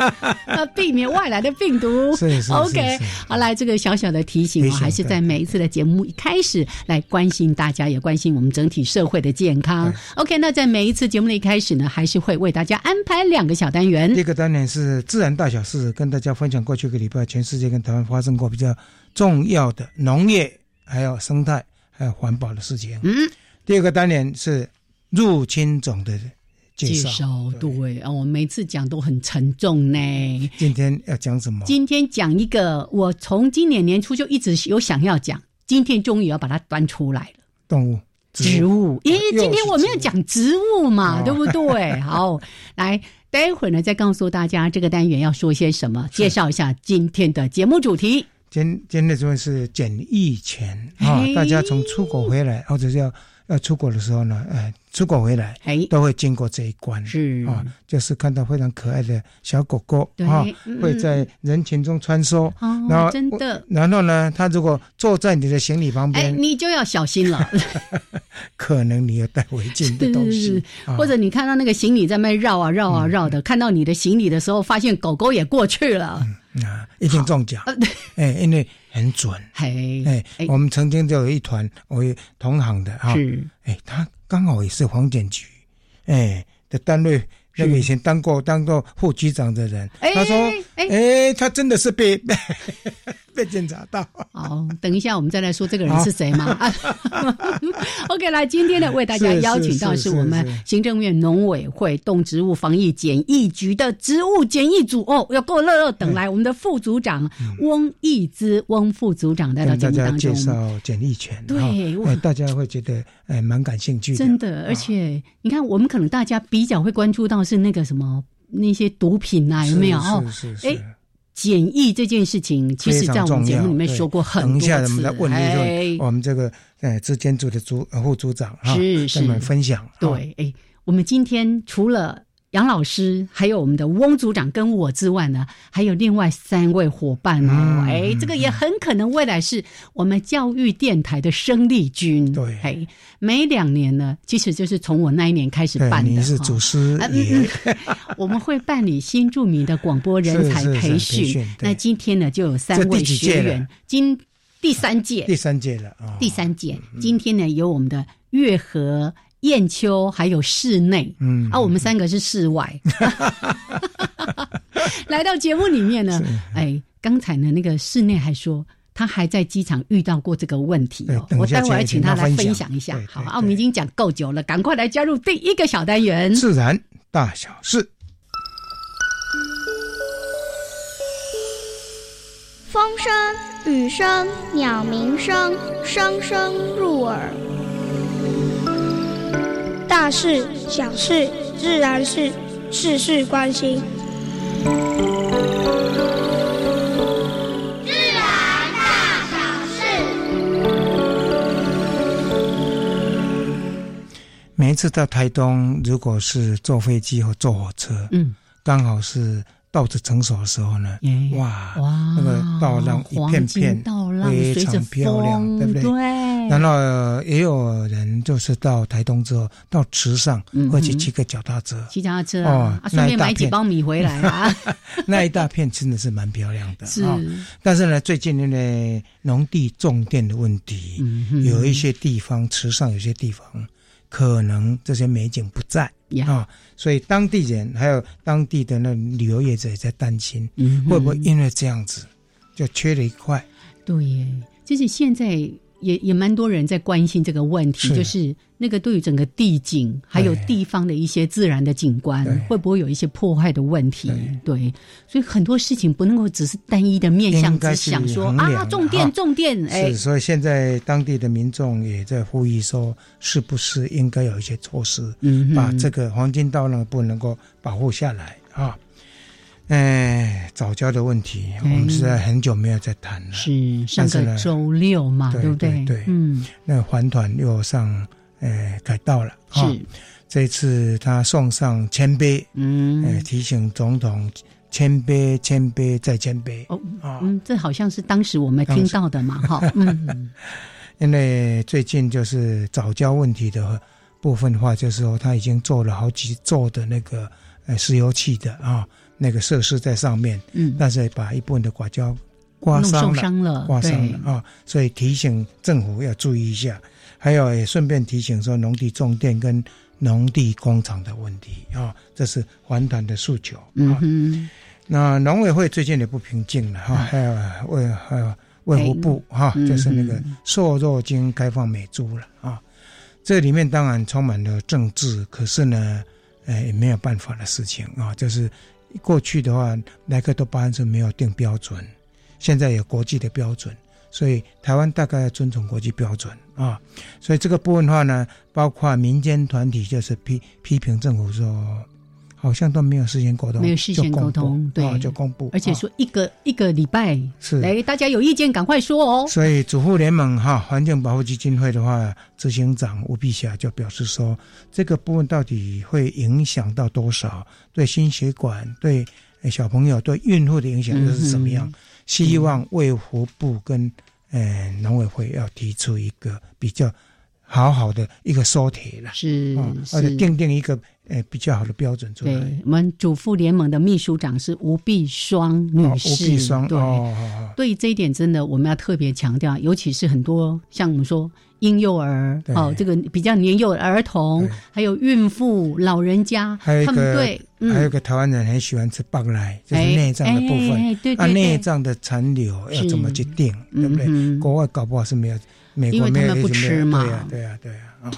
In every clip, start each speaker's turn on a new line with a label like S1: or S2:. S1: 那避免外来的病毒。
S2: 是啊是是
S1: OK，
S2: 是
S1: 好来这个小小的提醒，
S2: 提
S1: 我
S2: 醒
S1: 还是
S2: 对
S1: 在每一次的节目一开始来关心大家，也关心我们整体社会的健康
S2: 对。
S1: OK，那在每一次节目的一开始呢，还是会为大家安排两个小单元
S2: 第。一个单元是自然大小事，跟大家分享过去一个礼拜全世界跟台湾发生过比较重要的农业、还有生态、还有环保的事情。
S1: 嗯，
S2: 第二个单元是入侵种的介绍。
S1: 对啊，我每次讲都很沉重呢。
S2: 今天要讲什么？
S1: 今天讲一个，我从今年年初就一直有想要讲，今天终于要把它端出来了。
S2: 动物、
S1: 植
S2: 物。
S1: 物，因为
S2: 又是
S1: 今天我们要讲植物嘛，
S2: 哦
S1: 对不对？ 好，来，待会儿呢再告诉大家这个单元要说些什么，介绍一下今天的节目主题。
S2: 今今天的主题是检疫权啊
S1: 嘿，
S2: 大家从出国回来，或者是要要出国的时候呢，哎，出国回来
S1: 哎，
S2: 都会经过这一关。
S1: 是嗯
S2: 啊，就是看到非常可爱的小狗狗
S1: 对
S2: 啊，
S1: 嗯
S2: 会在人群中穿梭。然
S1: 哦
S2: 后，
S1: 真的，
S2: 然后呢，它如果坐在你的行李旁
S1: 哎，
S2: 边，
S1: 你就要小心 了。哎
S2: 可能你要带违禁的东
S1: 是是
S2: 西，啊嗯
S1: 或者你看到那个行李在那边绕啊绕啊绕的，看到你的行李的时候，发现狗狗也过去了，
S2: 啊，一定中奖
S1: 呃。对
S2: 哎，因为很准。
S1: 嘿，
S2: 哎
S1: 哎，
S2: 我们曾经就有一团，我有同行的哈，
S1: 是
S2: 哎，他刚好也是黄检局，哎的单位。那个以前当过当过副局长的人，
S1: 哎
S2: 他说：“
S1: 哎
S2: 哎，他真的是被 被被检查到。
S1: 好，等一下我们再来说这个人是谁 嘛。 啊 OK，来，今天呢为大家邀请到是我们
S2: 是是是
S1: 行政院农委会动植物防疫检疫局的植物检疫组哦，要给我热热
S2: 嗯
S1: 等来我们的副组长翁义之翁副组长来到节
S2: 跟大
S1: 目
S2: 家
S1: 当
S2: 介
S1: 中。
S2: 绍检疫权，
S1: 对
S2: 哈
S1: 哇
S2: 哎，大家会觉得哎蛮感兴趣的。
S1: 真的，而且你看，我们可能大家比较会关注到是那个什么那些毒品啊，有没有？哦，
S2: 是是是。
S1: 哎检疫这件事情，其实
S2: 非常
S1: 在我们
S2: 重
S1: 节目
S2: 要
S1: 里面
S2: 对
S1: 说过很
S2: 等
S1: 多
S2: 一
S1: 次。
S2: 下我们来问
S1: 哎
S2: 一问我们这个呃质检组的组呃副组长哈，
S1: 是
S2: 跟我们
S1: 是
S2: 分享。啊哈，
S1: 对，哎，我们今天除了杨老师，还有我们的翁组长跟我之外呢，还有另外三位伙伴哦。
S2: 嗯
S1: 哎、这个也很可能未来是我们教育电台的生力军。
S2: 对
S1: 哎，每两年呢，其实就是从我那一年开始
S2: 对，
S1: 办的。
S2: 哎你是
S1: 哈
S2: 主师
S1: 啊，嗯
S2: 也
S1: 嗯， 我们会办理新著名的广播人才
S2: 是是是
S1: 培
S2: 培
S1: 训
S2: 训。对
S1: 那今天呢，就有三
S2: 这第
S1: 位
S2: 几届
S1: 学
S2: 了
S1: 员，今第三届，
S2: 第三届了啊，
S1: 第三届。今天呢，有我们的月和、燕秋，还有室内。
S2: 嗯
S1: 啊，我们三个是室 外，来到节目里面呢，哎，刚才呢那个室内还说他还在机场遇到过这个问题哦，
S2: 哎对等
S1: 我
S2: 一下
S1: 待会儿
S2: 请
S1: 请他
S2: 请他
S1: 来
S2: 分
S1: 分
S2: 享
S1: 享一下
S2: 对。
S1: 好，
S2: 对
S1: 啊，我们已
S2: 对
S1: 经讲够久了，赶快来加入第一个小单元。
S2: 自然大小事。
S3: 风声、雨声、鸟鸣声，声声入耳。大事、小事、自然是事事关心。
S2: 每一次到台东，如果是坐飞机或坐火车，
S1: 嗯，
S2: 刚好是稻子成熟的时候呢，
S1: 耶
S2: 哇
S1: 哇，
S2: 那个稻浪一片
S1: 黄金
S2: 片
S1: 稻浪
S2: 非
S1: 随着
S2: 常漂亮，
S1: 风
S2: 对不对？然后呃也有人就是到台东之后，到池上
S1: 嗯
S2: 会去
S1: 嗯
S2: 骑个脚踏车，
S1: 骑脚踏车啊
S2: 哦，
S1: 啊顺便
S2: 那一大
S1: 买几
S2: 片
S1: 包米回来 啊，
S2: 那一大片真的是蛮漂亮的。
S1: 是，
S2: 啊但是呢，最近呢，农地种电的问题，
S1: 嗯哼
S2: 有一些地方池上有些地方，可能这些美景不在
S1: 呀
S2: 啊，所以当地人还有当地的那旅游业者也在担心，
S1: 嗯哼
S2: 会不会因为这样子就缺了一块？
S1: 对耶，就是现在也也蛮多人在关心这个问题，
S2: 是
S1: 就是那个对于整个地景还有
S2: 对
S1: 地方的一些自然的景观
S2: 对，
S1: 会不会有一些破坏的问题？对，所以很多事情不能够只是单一的面向，
S2: 应
S1: 只
S2: 该
S1: 想
S2: 去
S1: 说
S2: 衡量
S1: 啊，重
S2: 哈
S1: 电重电，哎
S2: 是，，所以现在当地的民众也在呼吁说，是不是应该有一些措施，
S1: 嗯哼
S2: 把这个黄金稻浪不能够保护下来啊？哎，早教的问题，我们实在很久没有在谈了。
S1: 嗯是上
S2: 但是
S1: 个
S2: 呢
S1: 周六嘛，
S2: 对
S1: 不对？
S2: 对对
S1: 嗯，
S2: 那环团又上，呃，改道了啊。
S1: 是，
S2: 这次他送上谦卑，呃，
S1: 嗯，
S2: 提醒总统谦卑、谦卑再谦卑
S1: 哦，
S2: 啊。
S1: 嗯，这好像是当时我们
S2: 当
S1: 听
S2: 时
S1: 到的嘛，哈，嗯，
S2: 因为最近就是早教问题的部分的话，就是说他已经做了好几座的那个呃石油气的啊那个设施在上面，
S1: 嗯，
S2: 但是把一部分的刮胶刮
S1: 弄
S2: 伤
S1: 受
S2: 了，
S1: 伤了，
S2: 刮伤
S1: 对
S2: 了，啊，所以提醒政府要注意一下，还有也顺便提醒说农地种电跟农地工厂的问题啊，这是环团的诉求啊。
S1: 嗯哼。
S2: 那农委会最近也不平静了哈，还有呃卫还有卫福部哈，
S1: 嗯
S2: 就是那个瘦肉精开放美猪了啊。这里面当然充满了政治，可是呢，呃，也没有办法的事情啊。就是过去的话，莱克多巴胺是没有定标准，现在有国际的标准，所以台湾大概要遵从国际标准啊。所以这个部分的话呢，包括民间团体就是批批评政府说，好像都没有事先沟通，
S1: 没有事先
S2: 就公
S1: 沟通
S2: 布
S1: 对
S2: 啊就公布，
S1: 而且
S2: 啊
S1: 说一个、一个礼拜，
S2: 是
S1: 来大家有意见赶快说哦。
S2: 所以，主妇联盟哈环境哦保护基金会的话，执行长吴碧霞就表示说，这个部分到底会影响到多少？对心血管、对呃小朋友、对孕妇的影响又是怎么样？
S1: 嗯
S2: 希望卫福部跟呃农委会要提出一个比较好好的一个收帖啦，
S1: 是
S2: 啊，而且
S1: 嗯是，
S2: 定定一个呃比较好的标准出来。哦
S1: 对，我们主妇联盟的秘书长是吴碧双
S2: 哦
S1: 女，
S2: 吴
S1: 士，
S2: 碧双
S1: 嗯对。
S2: 哦，哦
S1: 对于这一点，真的我们要特别强调，尤其是很多像我们说婴幼儿
S2: 对
S1: 哦，这个比较年幼的儿童
S2: 对，
S1: 还有孕妇、老人家，
S2: 还有一
S1: 他们
S2: 个
S1: 对，
S2: 哦还
S1: 嗯，
S2: 有一个台湾人很喜欢吃棒奶，就是
S1: 哎
S2: 内脏的部分。
S1: 哎哎对
S2: 啊，
S1: 对
S2: 内
S1: 对，
S2: 脏的残留要怎么去定，对不对？
S1: 嗯哼
S2: 国外搞不好是没有，美
S1: 因
S2: 国
S1: 为他
S2: 没有
S1: 们
S2: 也
S1: 不
S2: 许没有
S1: 吃嘛
S2: 对呀、对呀、对呀啊、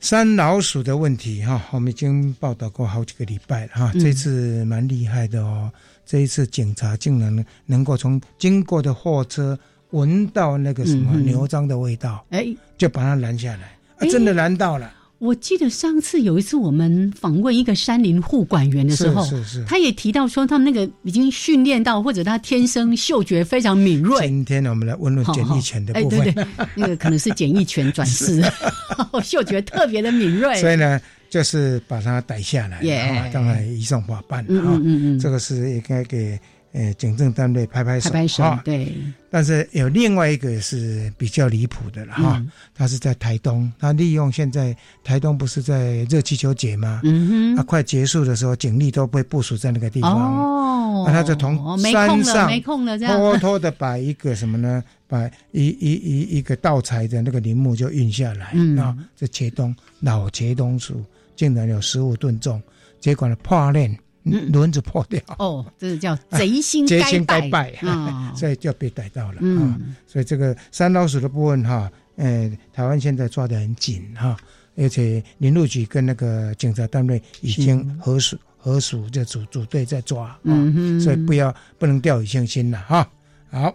S2: 三老鼠的问题哈、我们已经报道过好几个礼拜了哈、
S1: 嗯
S2: 这次蛮厉害的哦。这一次警察竟然能够从经过的货车闻到那个什么
S1: 嗯哼
S2: 牛樟的味道，
S1: 哎，
S2: 就把它拦下来，啊，
S1: 哎
S2: 真的拦到了，
S1: 我记得上次有一次我们访问一个山林护管员的时候，
S2: 是是是。
S1: 他也提到说，他们那个已经训练到，或者他天生嗅觉非常敏锐。
S2: 今天呢，我们来问论
S1: 好
S2: 简
S1: 好
S2: 易权的
S1: 哎，
S2: 部
S1: 对
S2: 分。
S1: 对，那个可能是简易犬转世， 嗅觉特别的敏锐。
S2: 所以呢，就是把它逮下来，
S1: 耶
S2: 啊，当然移送法办
S1: 嗯
S2: 啊
S1: 嗯。嗯嗯，
S2: 这个是应该给呃警政单位拍拍手，
S1: 拍拍手
S2: 哈，
S1: 对，
S2: 但是有另外一个是比较离谱的了哈
S1: 嗯，
S2: 他是在台东，他利用现在台东不是在热气球节吗？
S1: 嗯
S2: 他
S1: 哼，
S2: 快结束的时候，警力都被部署在那个地方，啊
S1: 哦，
S2: 那他就从
S1: 哦没空
S2: 山
S1: 了，
S2: 上
S1: 没空了，这样
S2: 偷偷的把一个什么呢？把一一一一个盗采的那个林木就运下来，
S1: 嗯
S2: 啊，这茄冬老茄冬树竟然有十五吨重，结果呢破链
S1: 嗯
S2: 轮子破掉，
S1: 哦，这个叫贼心
S2: 贼心
S1: 该
S2: 该败，
S1: 啊
S2: ，所以就被逮到了、啊。
S1: 嗯，
S2: 所以这个三老鼠的部分哈，呃，台湾现在抓得很紧哈，而且林路局跟那个警察单位已经合署合署这组组队在抓啊，
S1: 嗯哼
S2: 所以不要不能掉以轻心了哈。好，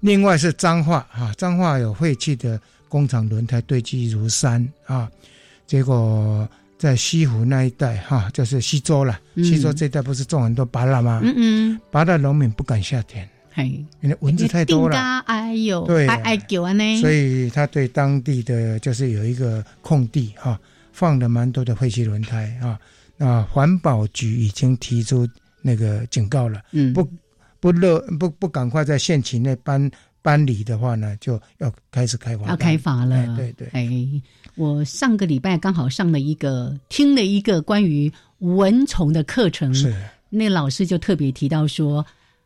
S2: 另外是彰化哈，彰化有废弃的工厂轮胎堆积如山啊，结果。在西湖那一带，哈，就是西周了。
S1: 嗯
S2: 西周这一带不是种很多芭乐吗？
S1: 嗯嗯，
S2: 芭乐农民不敢下田，
S1: 嘿，
S2: 因为蚊子太多
S1: 定
S2: 了。
S1: 嘎哎呦，
S2: 对
S1: 哎哎狗啊呢，
S2: 所以他对当地的就是有一个空地哈、放了蛮多的废弃轮胎啊。那环保局已经提出那个警告了，
S1: 嗯
S2: 不不乐不不赶快在限期内搬搬离的话呢，就要开始开罚单。
S1: 要开罚了。
S2: 哎对对
S1: 哎，我上个礼拜刚好上了一个听了一个关于蚊虫的课程，
S2: 是
S1: 那老师就特别提到说，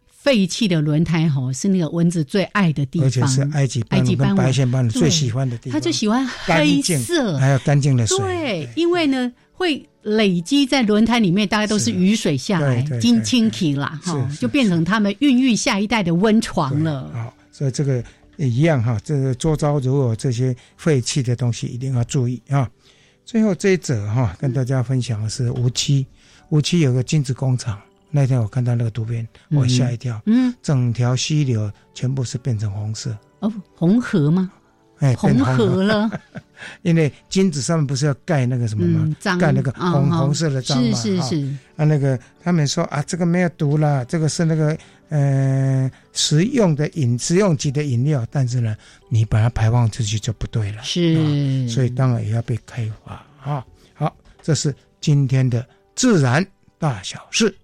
S1: 废弃的轮胎吼是那个蚊子最爱的地
S2: 而且
S1: 方，
S2: 是埃及斑
S1: 埃及
S2: 鹭
S1: 斑鹭
S2: 跟白线斑鹭
S1: 对
S2: 最喜欢的地
S1: 他
S2: 方，
S1: 就喜欢黑
S2: 干净
S1: 色，
S2: 还有干净的水。
S1: 对，因为呢会累积在轮胎里面，大概都是
S2: 是的
S1: 雨水下来
S2: 对对，对
S1: 金清体啦，
S2: 是
S1: 哈
S2: 是，
S1: 就变成他们孕育下一代的温床了。
S2: 好、所以这个也一样哈，这个周遭如果有这些废弃的东西，一定要注意啊。最后这一则哈，跟大家分享的是无期，
S1: 嗯
S2: 无期有个金子工厂，那天我看到那个图片，
S1: 嗯
S2: 我吓一跳，
S1: 嗯，
S2: 整条溪流全部是变成红色，
S1: 哦，红河吗？
S2: 哎，
S1: 红
S2: 变
S1: 河了，
S2: 因为金子上面不是要盖那个什么吗
S1: 嗯？，脏
S2: 盖那个
S1: 啊
S2: 红
S1: 哈
S2: 红色的章
S1: 是
S2: 嘛
S1: 是
S2: 哈
S1: 是，
S2: 啊，那个他们说啊，这个没有毒啦，这个是那个呃食用的饮食用级的饮料，但是呢，你把它排放出去就不对了，
S1: 是，
S2: 啊所以当然也要被开发啊。好，这是今天的自然大小事。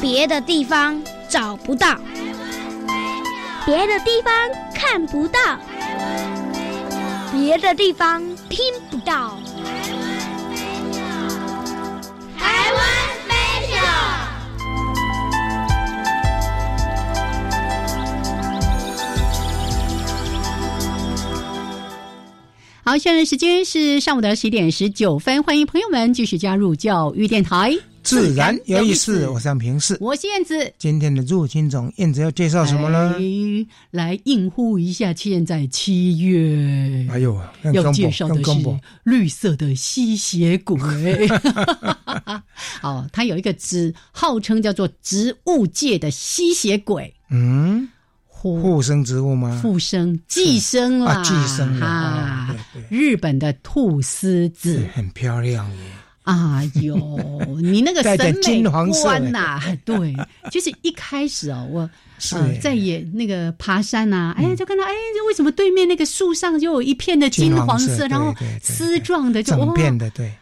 S3: 别的地方找不到，别的地方看不到，别的地方听不到。台湾 special。
S1: 好，好，现在时间是上午的十点十九分，欢迎朋友们继续加入教育电台，
S2: 自然有意
S1: 自然
S2: 思。我是杨平视。
S1: 我是燕子。
S2: 今天的入侵种燕子要介绍什么呢？
S1: 来来应付一下，现在七月。
S2: 哎呦，更
S1: 要
S2: 更
S1: 介
S2: 不
S1: 绍的
S2: 更
S1: 是
S2: 更不
S1: 绿色的吸血鬼。 哦，它有一个植，号称叫做植物界的吸血鬼，
S2: 嗯，
S1: 附
S2: 附生植物吗？
S1: 附生、寄生啦，
S2: 啊，寄生的啊，
S1: 啊
S2: 对对，
S1: 日本的菟丝子
S2: 对，很漂亮耶。
S1: 啊 哟，你那个
S2: 带着
S1: 审美
S2: 金黄色
S1: 观呐、对，就是一开始哦，我
S2: 是嗯
S1: 呃在也那个爬山呐、哎，就看到哎，为什么对面那个树上就有一片的金黄
S2: 金黄色
S1: 然后
S2: 对对对
S1: 丝状的就
S2: 整片
S1: 哇，
S2: 的，对，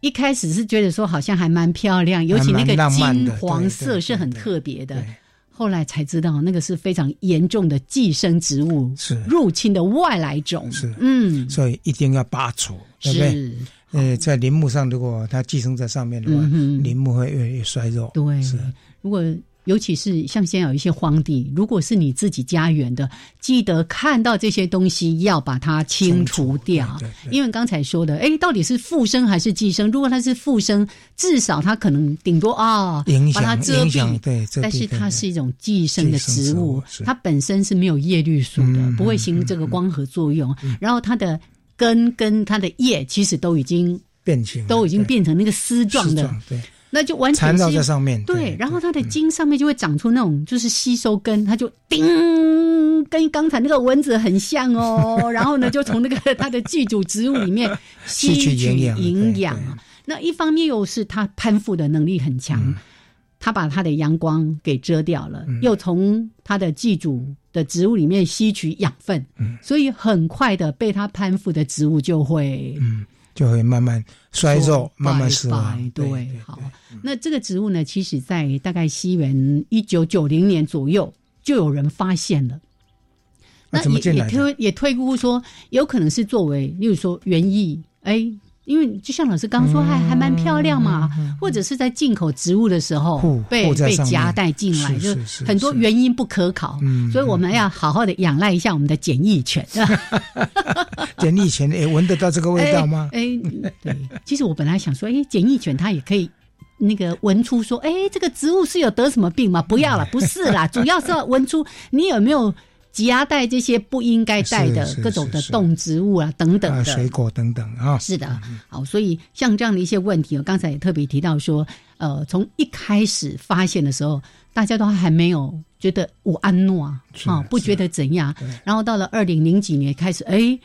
S1: 一开始是觉得说好像还蛮漂亮，尤其那个
S2: 还蛮浪漫
S1: 金
S2: 的
S1: 黄
S2: 对
S1: 色
S2: 对
S1: 是很
S2: 对对
S1: 特别的
S2: 对。
S1: 后来才知道，那个是非常严重的寄生植物
S2: 是
S1: 入侵的外来种。
S2: 是
S1: 嗯，
S2: 所以一定要拔除，对不对？
S1: 是，
S2: 呃，在林木上，如果它寄生在上面的话，
S1: 嗯哼
S2: 林木会越来越衰弱。
S1: 对，
S2: 是
S1: 如果尤其是像现在有一些荒地，如果是你自己家园的，记得看到这些东西要把它清除掉。
S2: 对对对
S1: 因为刚才说的，哎，到底是附生还是寄生？如果它是附生，至少它可能顶多啊、
S2: 影
S1: 把它
S2: 响
S1: 遮
S2: 影响
S1: 蔽。
S2: 对，遮蔽
S1: 但是它
S2: 对
S1: 是一种寄生的
S2: 寄
S1: 植
S2: 生植
S1: 物
S2: 物，是
S1: 它本身是没有叶绿素的，
S2: 嗯
S1: 不会行这个光合作用。然后它的根跟它的叶其实都已经
S2: 变形了，啊
S1: 都已经
S2: 对
S1: 变成那个丝状
S2: 丝
S1: 的，
S2: 状，对，
S1: 那就完全
S2: 缠绕
S1: 是
S2: 在上面。嗯
S1: 对，然后它的茎上面就会长出那种就是吸收根，它就叮，跟刚才那个蚊子很像哦。 然后呢，就从那个它的寄主植物里面吸
S2: 吸取营养
S1: 营
S2: 对
S1: 养
S2: 对。嗯
S1: 那一方面又是它攀附的能力很强，它把它的阳光给遮掉了，又从它的寄主的植物里面吸取养分，
S2: 嗯
S1: 所以很快的被它攀附的植物就会
S2: 嗯，就会慢慢衰弱，慢慢死
S1: 拜拜
S2: 亡。
S1: 对，
S2: 对，嗯
S1: 好。那这个植物呢，其实在大概西元一九九零年左右就有人发现了。
S2: 那
S1: 那
S2: 怎么
S1: 也
S2: 进
S1: 也
S2: 来的？
S1: 推也推估说，有可能是作为，例如说园艺，哎，因为就像老师刚说，还还蛮漂亮嘛，
S2: 嗯
S1: 或者是在进口植物的时候
S2: 护
S1: 被
S2: 护在
S1: 被
S2: 上面
S1: 夹带进来，
S2: 是
S1: 就是
S2: 是
S1: 很多
S2: 是
S1: 原因不可考，
S2: 嗯
S1: 所以我们要好好的仰赖一下我们的检疫权。
S2: 简历前也闻得到这个味道吗？
S1: 哎、哎对，其实我本来想说，哎、检疫犬它也可以。那个闻出说，哎，这个植物是有得什么病吗？不要 了，不是啦，主要是要闻出你有没有夹带这些不应该带的
S2: 是是
S1: 各种的
S2: 是是
S1: 动植物啊等等
S2: 啊，
S1: 的。
S2: 水果等等啊，
S1: 是的，好，所以像这样的一些问题，我刚才也特别提到说，呃，从一开始发现的时候，大家都还没有觉得我安诺啊，
S2: 是
S1: 啊，不
S2: 是
S1: 觉得怎样
S2: 对，
S1: 然后到了二零零几年开始，哎，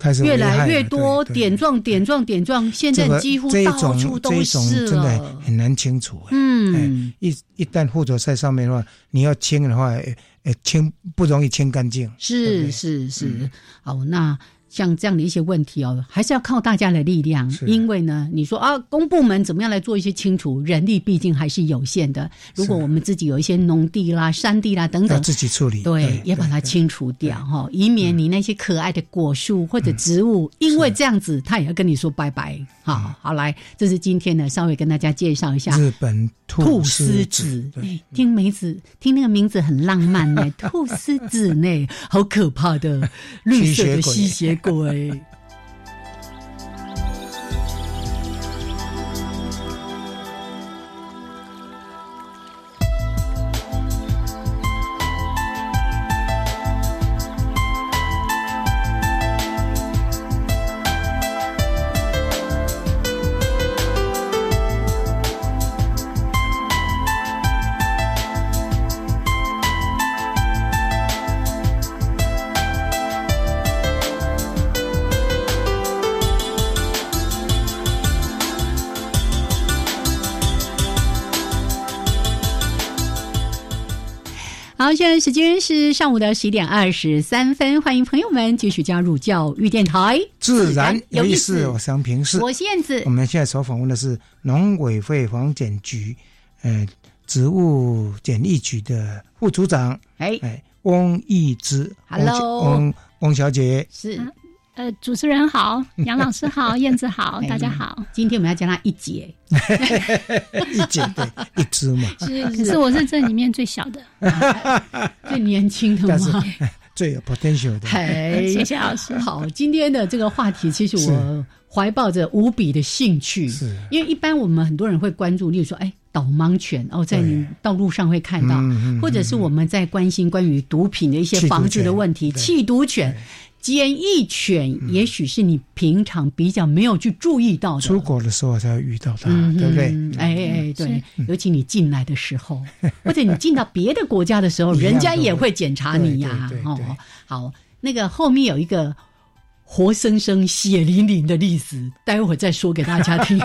S2: 开始
S1: 越
S2: 危害
S1: 来
S2: 了
S1: 越多
S2: 对对
S1: 点状、点状、点状，现
S2: 这
S1: 在
S2: 个
S1: 几乎
S2: 这一
S1: 到
S2: 种
S1: 处
S2: 这
S1: 都
S2: 一种
S1: 是
S2: 真的
S1: 了。
S2: 很难清除。哎
S1: 嗯，
S2: 一一旦附着在上面的话，你要清的话，呃，呃清不容易清干净。对不
S1: 是
S2: 对
S1: 是是，好，那像这样的一些问题哦，还是要靠大家的力量，
S2: 是
S1: 因为呢，你说啊，公部门怎么样来做一些清除，人力毕竟还是有限的。如果我们自己有一些农地啦、山地啦等
S2: 要
S1: 等，
S2: 自己处理，
S1: 对，嗯也把它清除掉哈，以免你那些可爱的果树或者植物，因为这样子，它也要跟你说拜拜。好好来，这是今天呢，稍微跟大家介绍一下
S2: 日本
S1: 兔
S2: 兔
S1: 丝
S2: 子
S1: 子，，
S2: 对
S1: 哎，听名字，听那个名字很浪漫 呢，兔丝子呢，好可怕的绿色的吸
S2: 吸
S1: 血鬼。好，现在时间是上午的十一点二十三分，欢迎朋友们继续加入教育电台，
S2: 自然有意
S1: 有意
S2: 思。
S1: 思
S2: 我想平视。
S1: 我是燕子
S2: 我，们现在所访问的是农委会房检局，呃，植物检疫局的副组长，
S1: 哎，
S2: 哎，翁义之
S1: Hello
S2: 翁翁翁小姐，
S1: 是
S4: 呃，主持人好，杨老师好，燕子好
S1: 哎，
S4: 大家好。
S1: 今天我们要叫他一姐，
S2: 一姐对， 一只嘛，
S4: 可是我是这里面最小的，
S1: 啊最年轻的
S2: 但是
S1: 吗？
S2: 最有 potential 的。
S1: 嘿，
S4: 谢谢老师。
S1: 好，今天的这个话题，其实我怀抱着无比的兴趣，
S2: 是
S1: 因为一般我们很多人会关注，例如说，哎，导盲犬哦，在你道路上会看到，
S2: 嗯嗯嗯
S1: 或者是我们在关心关于毒品的一些
S2: 弃毒
S1: 防治的
S2: 犬
S1: 问题，
S2: 对嗯
S1: 弃毒犬。检疫犬也许是你平常比较没有去注意到的，
S2: 出国的时候才会遇到它，
S1: 嗯，
S2: 对不嗯对？
S1: 嗯哎哎，对
S4: 是，
S1: 尤其你进来的时候， 或者你进到别的国家的时候，
S2: 一样的
S1: 人家也会检查你呀
S2: 对对。对
S1: 哦
S2: 对，
S1: 好，那个后面有一个活生生、血淋淋的例子，待会儿再说给大家 听。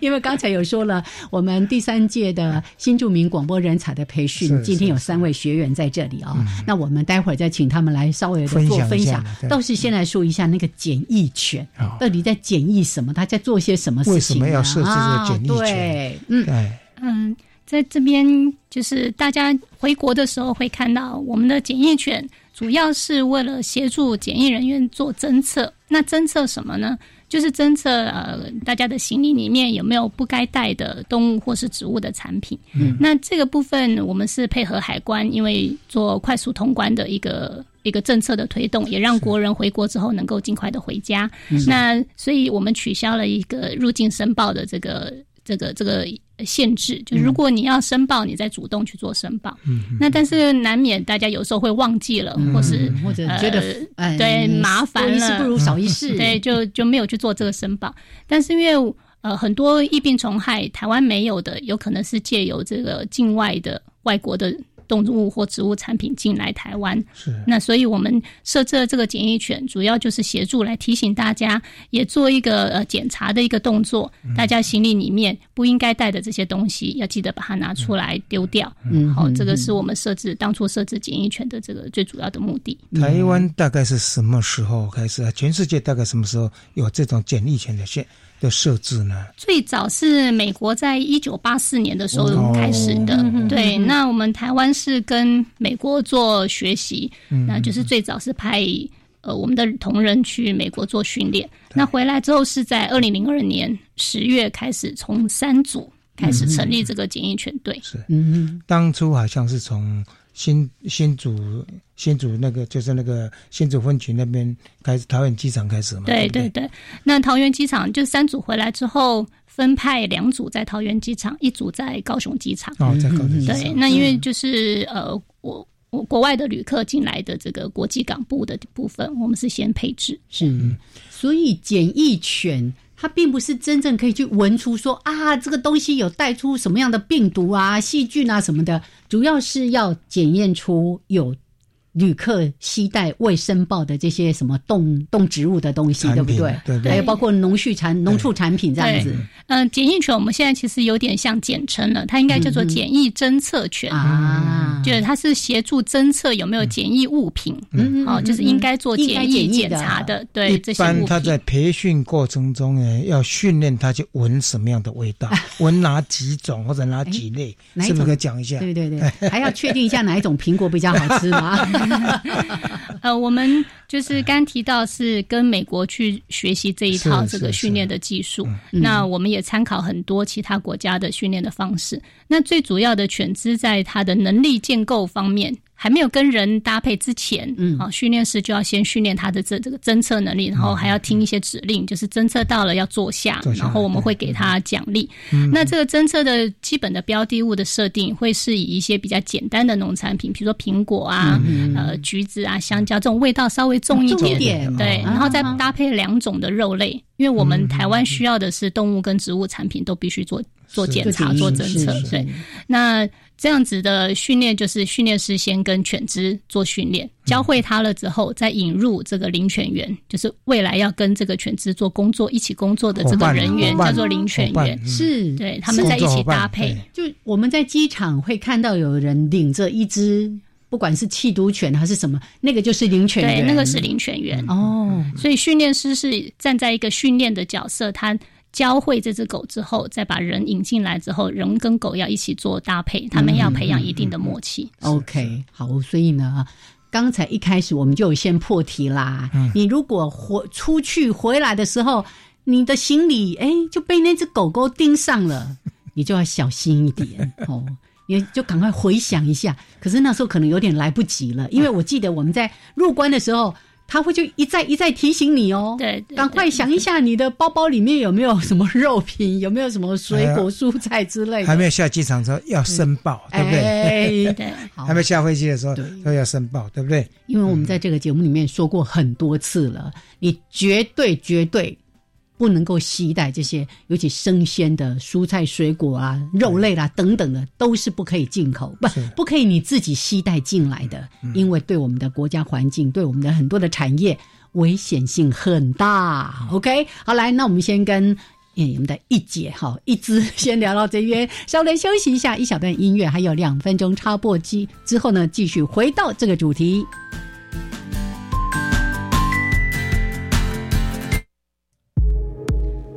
S1: 因为刚才有说了，我们第三届的新著名广播人才的培训，
S2: 是嗯
S1: 今天有三位学员在这里啊、那我们待会儿再请他们来稍微的
S2: 分
S1: 做
S2: 享一
S1: 分
S2: 下
S1: 享
S2: 嘛。对
S1: 倒是先来说一下那个检疫犬
S2: 好，
S1: 到底在检疫什么？他在做些什么事情、啊？
S2: 为什么要设置这个检疫
S1: 啊？
S2: 犬
S1: 对，嗯，
S2: 哎，
S4: 嗯，在这边就是大家回国的时候会看到我们的检疫犬，主要是为了协助检疫人员做侦测。那侦测什么呢？就是侦测呃大家的行李里面有没有不该带的动物或是植物的产品。
S1: 嗯
S4: 那这个部分我们是配合海关，因为做快速通关的一个一个政策的推动，也让国人回国之后能够尽快的回家。
S1: 嗯
S2: 嗯
S4: 那所以我们取消了一个入境申报的这个这个这个限制，就是如果你要申报，你再主动去做申报。
S2: 嗯，
S4: 那但是难免大家有时候会忘记了，或是
S1: 嗯或者觉得、
S4: 呃
S1: 哎
S4: 对麻烦
S1: 多一事
S4: 了嗯
S1: 不如少一事，
S4: 对，就就没有去做这个申报。但是因为呃很多疫病虫害台湾没有的，有可能是借由这个境外的外国的动物或植物产品进来台湾，
S2: 是
S4: 那所以我们设置了这个检疫犬，主要就是协助来提醒大家，也做一个呃检查的一个动作。
S1: 嗯
S4: 大家行李里面不应该带的这些东西，要记得把它拿出来丢掉。
S1: 嗯，
S4: 好，
S1: 嗯
S4: 这个是我们设置当初设置检疫犬的这个最主要的目的。
S2: 台湾大概是什么时候开始啊？全世界大概什么时候有这种检疫权的设的设置呢？
S4: 最早是美国在一九八四年的时
S2: 哦
S4: 候开始的，
S1: 嗯
S4: 对。那我们台湾是跟美国做学习，
S1: 嗯
S4: 那就是最早是派呃我们的同仁去美国做训练。那回来之后是在二零零二年十月开始，从三组开始成立这个检疫犬队。
S2: 是
S1: 嗯
S2: 当初好像是从新新竹新竹那个就是那个新竹分局那边开始，桃园机场开始嘛？
S4: 对
S2: 不
S4: 对对，那桃园机场就三组回来之后，分派两组在桃园机场，一组在高雄机场。
S2: 哦，在高雄机
S4: 嗯对，
S2: 场，
S4: 那
S1: 嗯
S4: 因为就是呃，我我国外的旅客进来的这个国际港部的部分，我们是先配置。
S1: 是，所以检疫犬。它并不是真正可以去闻出说啊，这个东西有带出什么样的病毒啊、细菌啊什么的，主要是要检验出有旅客携带未申报的这些什么动 动植物的东西，
S2: 产
S1: 对
S2: 品
S1: 不对？
S2: 对对
S1: 还有包括农畜产、农畜产品这样子
S4: 对嗯、检疫犬我们现在其实有点像简称了，它应该叫做检疫侦测犬。
S1: 嗯啊，
S4: 就是它是协助侦测有没有检疫物品，
S1: 嗯
S4: 哦，就是应该做
S1: 应该
S4: 检疫
S1: 检疫
S4: 检
S1: 的
S4: 查的，
S2: 一
S4: 对这些
S2: 般
S4: 物
S2: 他在
S4: 品。
S2: 培训过程中呢，要训练他去闻什么样的味 道，闻哪几种或者哪几类，
S4: 哎
S1: 哪一
S2: 是不
S1: 种
S2: 是可以讲一下？
S1: 对对对，还要确定一下哪一种苹果比较好吃嘛？
S4: 呃，我们就是刚提到是跟美国去学习这一套
S2: 是
S4: 这
S2: 是嗯
S4: 个训练的技术，那我们也参考很多其他国家的训练的方式。那最主要的犬只在它的能力建构方面。还没有跟人搭配之前，嗯，啊，训练师就要先训练它的这这个侦测能力，然后还要听一些指令，就是侦测到了要坐下，
S2: 嗯坐下嗯
S4: 然后我们会给它奖励。那这个侦测的基本的标的物的设定，会是以一些比较简单的农产品，比如说苹果 啊、
S1: 嗯
S2: 嗯
S4: 呃橘子啊、香蕉这种味道稍微重一
S1: 重一
S4: 点，
S1: 点，
S4: 对，
S1: 哦
S4: 然后再
S2: 啊
S4: 搭配两种的肉类，因为我
S2: 嗯
S4: 们台湾需要的是动物跟植物产品都必须做做检查、
S1: 是
S4: 做
S1: 是
S4: 侦测
S1: 是，
S4: 对。那这样子的训练就是训练师先跟犬只做训练，
S2: 嗯
S4: 教会它了之后，再引入这个领犬员，就是未来要跟这个犬只做工作、一起工作的这个人员
S2: 伙伴
S4: 叫做领犬
S2: 伙伴
S4: 员，
S2: 嗯
S1: 是，
S4: 对他们在一
S2: 工作
S4: 起
S2: 伙伴
S4: 搭配。
S2: 对
S1: 就我们在机场会看到有人领着一只，不管是弃毒犬还是什么，那个就是领犬
S4: 对，
S1: 员，
S4: 那个是领犬员。
S1: 哦，
S4: 所以训练师是站在一个训练的角色，他教会这只狗之后，再把人引进来之后，人跟狗要一起做搭配，他
S2: 嗯
S4: 们要培养一定的默契。
S1: OK，好，所以呢，刚才一开始我们就有先破题啦。你如果回出去回来的时候，你的行李哎就被那只狗狗盯上了，你就要小心一点哦。也就赶快回想一下。可是那时候可能有点来不及了，因为我记得我们在入关的时候，他会就一再一再提醒你哦，
S4: 对对对
S1: 赶快想一下你的包包里面有没有什么肉品，有没有什么水果、蔬菜之类
S2: 哎还
S1: 的。
S2: 没有下机场的时候要申报，
S4: 嗯
S2: 对不对？
S1: 哎，
S4: 对，
S1: 好
S2: 还没下飞机的时候
S1: 对
S2: 都要申报，对不对？
S1: 因为我们在这个节目里面说过很多次了，你绝对绝对不能够携带这些，尤其生鲜的蔬菜、水果啊、肉类啦、等等的，都是不可以进口，不
S2: 是
S1: 不可以你自己携带进来的，因为对我们的国家环境，对我们的很多的产业危险性很大。OK，好，来，那我们先跟。嗯，我们的一姐哈，一枝先聊到这边，稍微休息一下，一小段音乐，还有两分钟插播机之后呢，继续回到这个主题。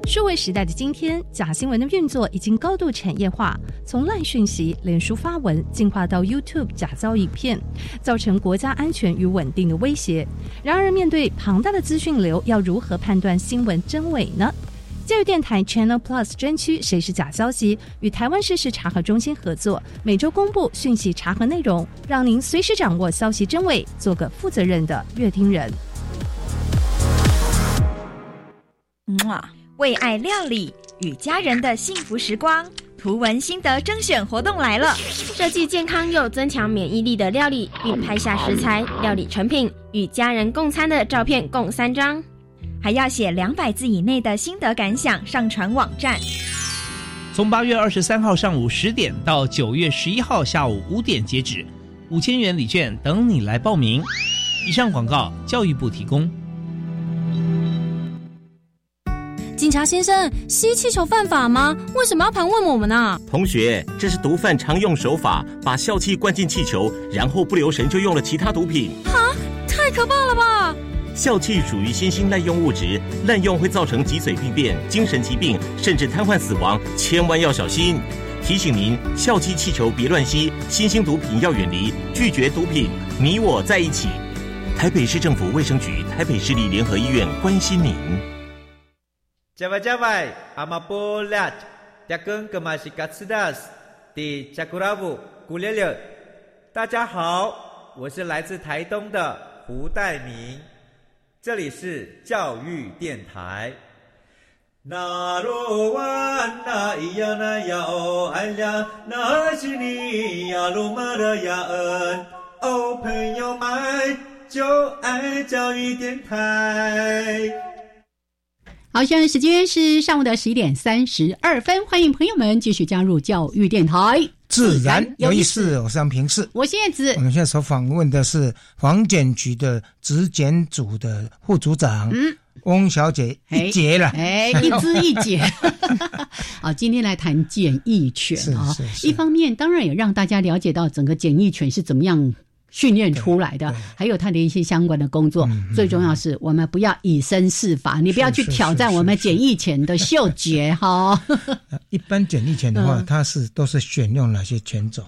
S5: 数位时代的今天，假新闻的运作已经高度产业化，从烂讯息、脸书发文进化到 YouTube 假造影片，造成国家安全与稳定的威胁。然而，面对庞大的资讯流，要如何判断新闻真伪呢？教育电台 Channel Plus 专区“谁是假消息”与台湾事实查核中心合作，每周公布讯息查核内容，让您随时掌握消息真伪，做个负责任的乐听人。
S6: 为爱料理与家人的幸福时光。图文心得征选活动来了！
S3: 设计健康又增强免疫力的料理，并拍下食材、料理成品与家人共餐的照片共三张。
S6: 还要写两百字以内的心得感想，上传网站。
S7: 从八月二十三号上午十点到九月十一号下午五点截止，五千元礼券等你来报名。以上广告，教育部提供。
S8: 警察先生，吸气球犯法吗？为什么要盘问我们呢、
S9: 同学，这是毒贩常用手法，把笑气灌进气球，然后不留神就用了其他毒品。
S8: 太可怕了吧！
S9: 笑气属于新兴滥用物质，滥用会造成脊髓病变、精神疾病，甚至瘫痪死亡，千万要小心。提醒您，笑气气球别乱吸，新兴毒品要远离，拒绝毒品，你我在一起。台北市政府卫生局、台北市立联合医院关心您。
S10: Java Java, Amapolat, Dakun Kamashikatsudas, Di Chakuravu, Gulele。大家好，我是来自台东的胡代明，这里是教育电台。那罗哇那咿呀那呀哦哎呀，那是你呀鲁玛的呀恩哦，朋友们就爱教育电台。
S1: 好，现在时间是上午的十一点三十二分，欢迎朋友们继续加入教育电台，
S2: 自然有意思，嗯我是杨平视。
S1: 我是叶子
S2: 我。们现在所访问的是房检局的质检组的副组长，翁小姐一杰了。
S1: 哎，一知一 解。好，今天来谈检疫犬啊、
S2: 是是是
S1: 一方面当然也让大家了解到整个检疫犬是怎么样。训练出来的
S2: 对对，嗯
S1: 还有它的一些相关的工作，最重要是我们不要以身试法，你不要去
S2: 是是
S1: 挑战
S2: 是
S1: 我们
S2: 是
S1: 检疫犬的嗅觉哈。
S2: 一般检疫犬的话，它是都是选用哪些犬种？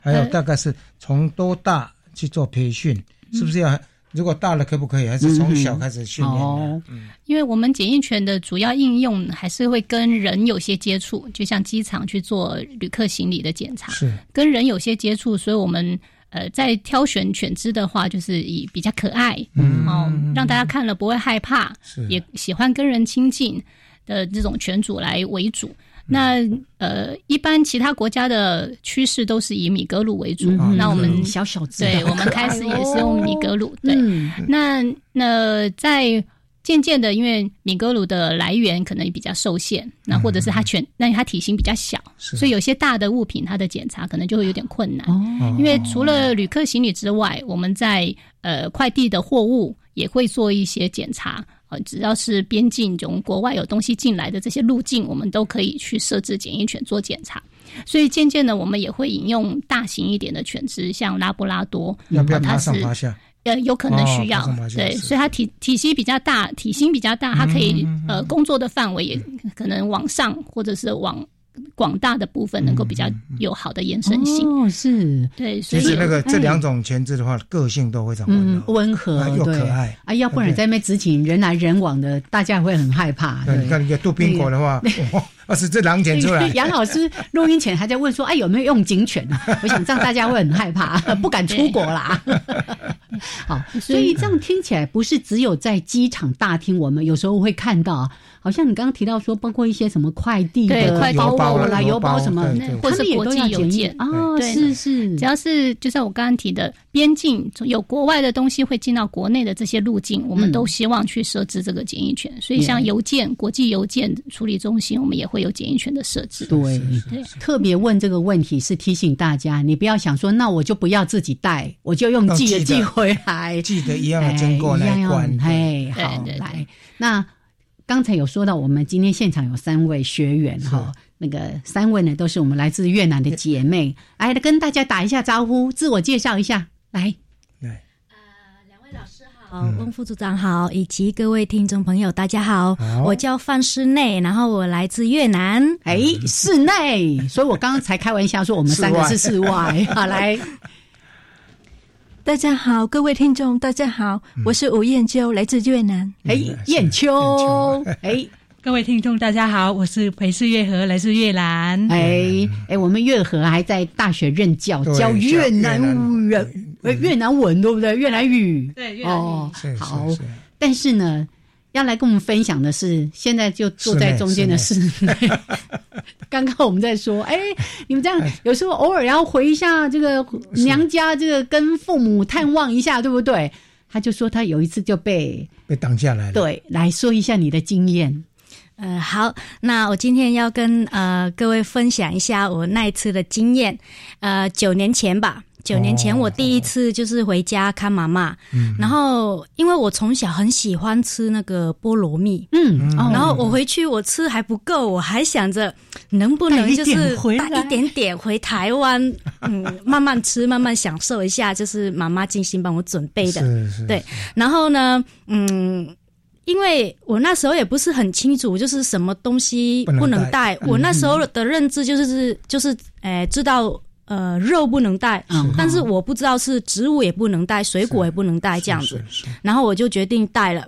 S2: 还有大概是从多大去做培训？是不是要？如果大了可不可以？还是从小开始训练呢？
S1: 哦，
S4: 因为我们检疫犬的主要应用还是会跟人有些接触，就像机场去做旅客行李的检查，
S2: 是
S4: 跟人有些接触，所以我们呃在挑选犬只的话，就是以比较可爱，
S2: 嗯
S4: 哦，让大家看了不会害怕，
S2: 是
S4: 也喜欢跟人亲近的这种犬主来为主。那呃，一般其他国家的趋势都是以米格鲁为主，
S2: 嗯
S4: 那我们
S2: 嗯
S1: 小小只的，
S4: 对我们开始也是用米格鲁，对，
S1: 嗯
S4: 那那在渐渐的，因为米格鲁的来源可能比较受限，那或者是它犬，那它体型比较小，
S2: 是
S4: 所以有些大的物品它的检查可能就会有点困难。
S1: 哦，
S4: 因为除了旅客行李之外，我们在呃快递的货物也会做一些检查。呃，只要是边境从国外有东西进来的这些路径，我们都可以去设置检疫犬做检查。所以渐渐的，我们也会引用大型一点的犬只，像拉布拉多，
S2: 要不要
S4: 呃它
S2: 爬上
S4: 是
S2: 爬下？
S4: 呃，有可能需要，
S2: 哦爬上爬下
S4: 对，
S2: 是嗯
S4: 所以它体体积比较大，体型比较大，它可以、呃工作的范围也可能往上，或者是往广大的部分能够比较有好的延伸性。
S1: 哦，是，
S4: 对，所
S2: 嗯其
S4: 以
S2: 实那
S11: 嗯
S2: 个这两种前置的话，个性都非常温
S1: 嗯
S2: 柔，
S1: 温和
S2: 啊又
S1: 对
S2: 可爱
S1: 啊，要不然在那边执勤人来人往的，大家会很害怕。
S2: 对，你嗯看，你看杜宾果的话，哇，二十只狼捡出来
S1: ，杨老师录音前还在问说：“哎，有没有用警犬 啊？”我想这样大家会很害怕， 不敢出国 啦。好，所以这样听起来不是只有在机场大厅，我们有时候会看到，啊好像你刚刚提到说，包括一些什么快递
S4: 对
S1: 的
S4: 快递
S1: 包
S4: 包
S1: 裹啦、
S4: 啦
S1: 邮包
S4: 邮包
S1: 什么
S4: 对对，
S1: 他
S4: 或
S1: 们
S4: 是
S1: 也
S4: 国
S1: 都
S4: 际
S1: 要
S4: 邮
S1: 检
S4: 件
S1: 验哦，
S4: 对
S1: 是
S2: 嗯
S1: 是，
S4: 只要是就像我刚刚提的，边境有国外的东西会进到国内的这些路径，我们
S1: 嗯
S4: 都希望去设置这个检疫
S2: 嗯
S4: 权。所以像
S1: Yeah
S4: 邮件、国际邮件处理中心，我们也会有检疫权的设置。
S2: 嗯
S1: 对
S4: 对，
S1: 特别问这个问题是提醒大家，你不要想说，那我就不要自己带，我就用
S2: 要
S1: 寄的
S2: 寄的
S1: 寄回来，
S2: 记得一样的经过那一关，
S1: 哎，
S4: 对
S1: 好
S4: 对对
S1: 来。那刚才有说到，我们今天现场有三位学员哈，那个三位呢都是我们来自越南的姐妹，来跟大家打一下招呼，自我介绍一下，来，
S11: 哎好，
S2: 嗯
S11: 翁副组长好，以及各位听众朋友，大家好，
S1: 好
S11: 我叫范室内，然后我来自越南。
S1: 哎，室内，所以我刚刚才开玩笑说我们三个是室
S11: 室外
S1: 外，好来，
S12: 大家好，各位听众，大家好，我是吴燕秋，来自越南。
S1: 哎，燕
S13: 嗯
S1: 秋，哎，
S13: 各位听众，大家好，我是裴氏月和，来自越南。
S1: 哎哎，我们月和还在大学任教，
S13: 对
S1: 教
S13: 教
S1: 越南
S13: 越南
S1: 人呃越南文，对不对？越南语，
S13: 对越南语
S1: 哦
S13: 是，
S1: 好。但是呢，要来跟我们分享的是，现在就坐在中间的是
S13: 室，
S1: 刚刚我们在说，哎，你们这样有时候偶尔要回一下这个娘家，这个跟父母探望一下，对不对？他就说他有一次就被
S2: 被挡下来了。
S1: 对来说一下你的经验，
S11: 呃，好，那我今天要跟呃各位分享一下我那一次的经验。呃，九年前吧，九年前
S2: 哦
S11: 我第一次就是回家看妈妈，
S14: 嗯
S11: 然后因为我从小很喜欢吃那个菠萝蜜，
S1: 嗯
S14: 哦
S11: 然后我回去我吃还不够，我还想着能不能就
S14: 带一
S11: 是
S14: 点回来
S11: 带一点点回台湾，嗯，慢慢吃，慢慢享受一下，就是妈妈精心帮我准备的，
S14: 是是
S11: 对，然后呢，嗯。因为我那时候也不是很清楚，就是什么东西
S14: 不能
S11: 不能
S14: 带
S11: 带。嗯我那时候的认知就是就是，呃，知道呃肉不能带
S14: 嗯，
S11: 但是我不知道是植物也不能带，水果也不能带这样子。然后我就决定带了。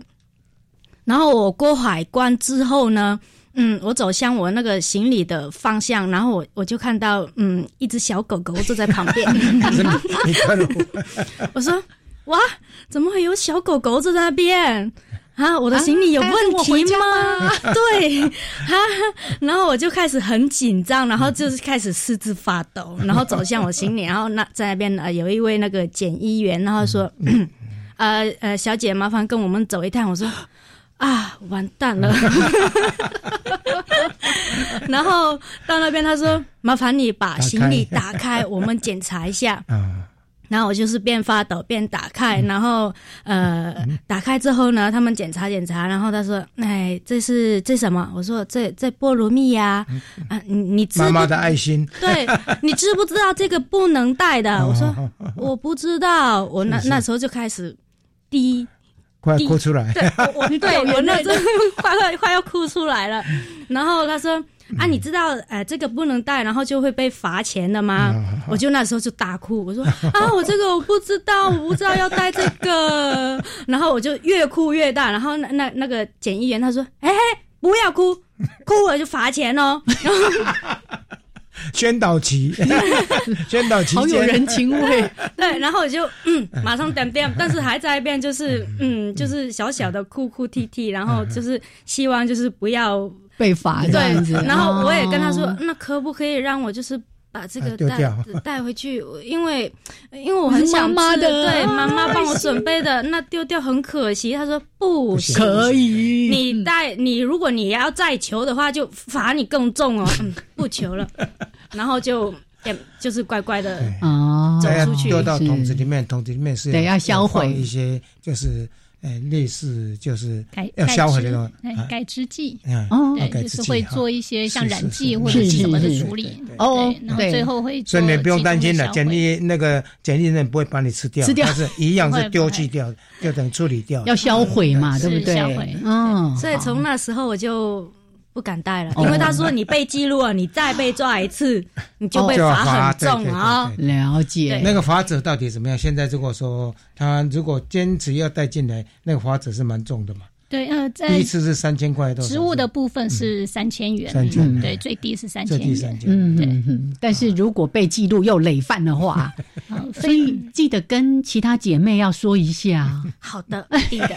S11: 然后我过海关之后呢，嗯，我走向我那个行李的方向，然后我我就看到嗯一只小狗狗坐在旁边。
S2: 你看哦 我，
S11: 我说：“哇，怎么会有小狗狗在那边？啊，我的行李有问题吗？ 对，啊，然后我就开始很紧张，然后就是开始四肢发抖，然后走向我行李，然后那在那边呃有一位那个检疫员，然后说， 呃呃，小姐麻烦跟我们走一趟。我说啊，完蛋了。 然后到那边他说麻烦你把行李打开，我们检查一下。
S2: 啊
S11: 然后我就是边发抖边打开，
S2: 嗯
S11: 然后呃，打开之后呢，他们检查检查，然后他说：“哎，这是这什么？”我说：“这这菠萝蜜呀、啊，你你知
S2: 嗯
S11: 不
S2: 妈妈的爱心，
S11: 对，你知不知道这个不能带
S2: 哦
S11: 的？”啊我说：“我不知道。”我那
S2: 是是
S11: 那时候就开始滴
S2: 快哭出来，
S11: 对，我我对
S14: 掉眼泪
S11: 我那时候 快快快要哭出来了。然后他说：“啊，你知道呃这个不能带，然后就会被罚钱的吗？”我就那时候就大哭，我说：“啊，我这个我不知道，我不知道要带这个。”然后我就越哭越大。然后那那那个检疫员他说：“哎、不要哭，哭了就罚钱哦。” 然后
S2: 宣导 旗，宣导旗，
S11: 好有人情味。对，然后我就嗯，马上点点，但是还在一边就是嗯，就是小小的哭哭啼啼，然后就是希望就是不要
S1: 被罚这样子
S11: 对，然后我也跟他说，
S1: 哦
S11: 那可不可以让我就是把这
S1: 啊
S11: 个
S1: 丢
S11: 带
S1: 掉
S11: 带回去？我因为因为嗯我很想吃
S1: 妈妈的
S11: 对，
S1: 啊
S11: 妈妈帮我
S1: 可惜
S11: 准备的，那丢掉很可惜。他说不行，
S1: 可以，
S11: 你带你，如果你要再求的话，就罚你更重哦。嗯，不 求了，然后就也就是乖乖的。
S1: 哦，
S11: 走
S2: 要
S11: 出去
S2: 哎丢到
S11: 是
S2: 桶子里面，桶子里面是有
S1: 对要销毁
S2: 有放一些，就是呃类似就是
S4: 改
S2: 要销毁的东西
S4: 改，改制剂
S2: 嗯，哦改
S4: 对，
S2: 制
S4: 就
S2: 剂
S4: 是会
S2: 哈
S4: 做一些像
S2: 是是
S4: 染剂
S2: 是
S4: 或者
S2: 是
S4: 是什么
S2: 是
S4: 的
S2: 是
S4: 处理，
S1: 哦
S4: 对然后
S1: 对
S4: 最后会
S2: 所
S4: 做
S2: 以你不用
S4: 集中的
S2: 担心了，
S4: 销
S2: 简
S4: 毁
S2: 历那个简历人不会把你吃掉，
S1: 吃掉
S2: 但 是一样
S1: 不
S2: 是
S1: 会
S2: 丢弃掉，就等处理掉，
S1: 要销毁嘛，对不对？嗯，
S11: 所以从那时候我就
S3: 不敢带了，
S1: 哦
S3: 因为他说你被记录了，你再被抓一次，你就被
S2: 就要
S3: 罚
S2: 罚
S3: 很重
S2: 对对对
S3: 啊。
S1: 了解
S2: 那个法则到底怎么样？现在如果说他如果坚持要带进来，那个法则是蛮重的嘛。
S4: 对，呃，
S2: 第
S4: 在
S2: 一次是嗯三千块多少？
S4: 植物的部分是三千元，
S2: 3000元
S4: 对，最低是三
S2: 嗯最
S4: 千
S2: 低
S4: 元
S2: 三。千。
S1: 嗯，嗯嗯但是如果被记录又累犯的话， 所以记得跟其他姐妹要说一 下。
S3: 好的，一定的。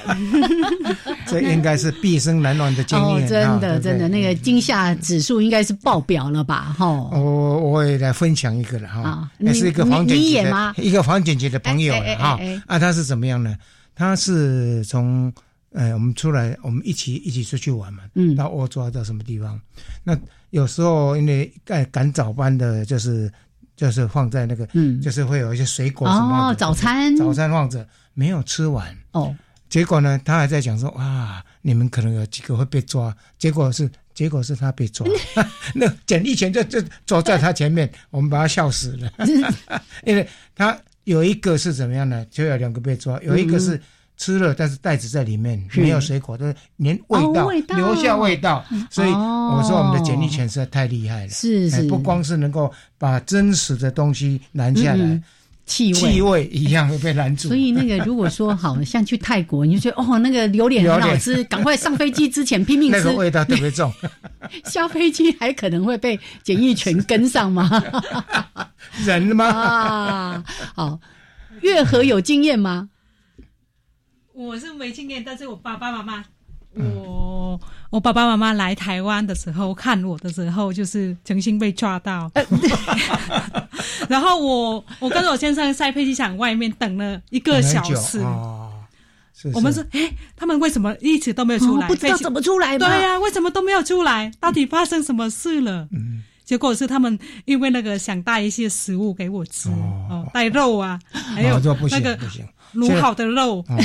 S2: 这应该是毕生难忘的经
S1: 哦
S2: 验。，
S1: 真
S2: 啊
S1: 的真的，。
S2: 对不对
S1: 那个惊吓指数应该是爆表了吧？哈，
S2: 我哦我也来分享一个了
S1: 啊
S2: 哈，
S1: 你
S2: 也是一个黄景
S1: 你你
S2: 杰
S1: 也吗
S2: 的一个黄景杰的朋友
S1: 哎哎
S2: 了哈
S1: 哎哎哎。
S2: 啊，他是怎么样呢？他是从呃，我们出来，我们一起一起出去玩嘛，
S1: 嗯
S2: 到欧洲啊到什么地方？那有时候因为赶赶早班的，就是就是放在那个，
S1: 嗯
S2: 就是会有一些水果什么
S1: 哦
S2: 的，
S1: 早餐
S2: 早餐放着没有吃完，
S1: 哦，
S2: 结果呢，他还在讲说哇，你们可能有几个会被抓。结果是，结果是他 被抓，那简一拳就就走在他前面，我们把他笑 死了，因为他有一个是怎么样呢？就有两个被抓，有一个是。吃了，但是袋子在里面，
S1: 嗯是
S2: 没有水果，都连味道,、
S1: 哦味道
S2: 留下味道，所以
S1: 哦
S2: 我说我们的简历犬实在太厉害了，
S1: 是
S2: 哎
S1: 是
S2: 不光是能够把真实的东西拦下来，
S1: 嗯气味
S2: 气味一样会被拦住。
S1: 所以那个如果说好像去泰国，你就觉得哦，那个榴莲很好
S2: 榴
S1: 吃，
S2: 莲
S1: 赶快上飞机之前拼命
S2: 那个
S1: 吃，
S2: 味道特 别重，
S1: 下飞机还可能会被检疫权跟上吗？
S2: 人吗？
S1: 啊，好，月和有经验吗？
S11: 我是没经验，但是我爸爸妈妈，我我爸爸妈妈来台湾的时候看我的时候，就是曾经被抓到，然后我我跟我先生在飞机场外面等了一个小时，
S2: 哦、是
S11: 我们是哎，他们为什么一直都没有出
S1: 哦
S11: 来？
S1: 不知道
S11: 飞机
S1: 怎么出来嘛
S11: 对呀、为什么都没有出来？到底发生什么事了？
S1: 嗯
S11: 结果是他们因为那个想带一些食物给我吃，哦，带肉啊，还有
S2: 哦这不行
S11: 那个
S2: 不行
S11: 卤好的肉，
S2: 哦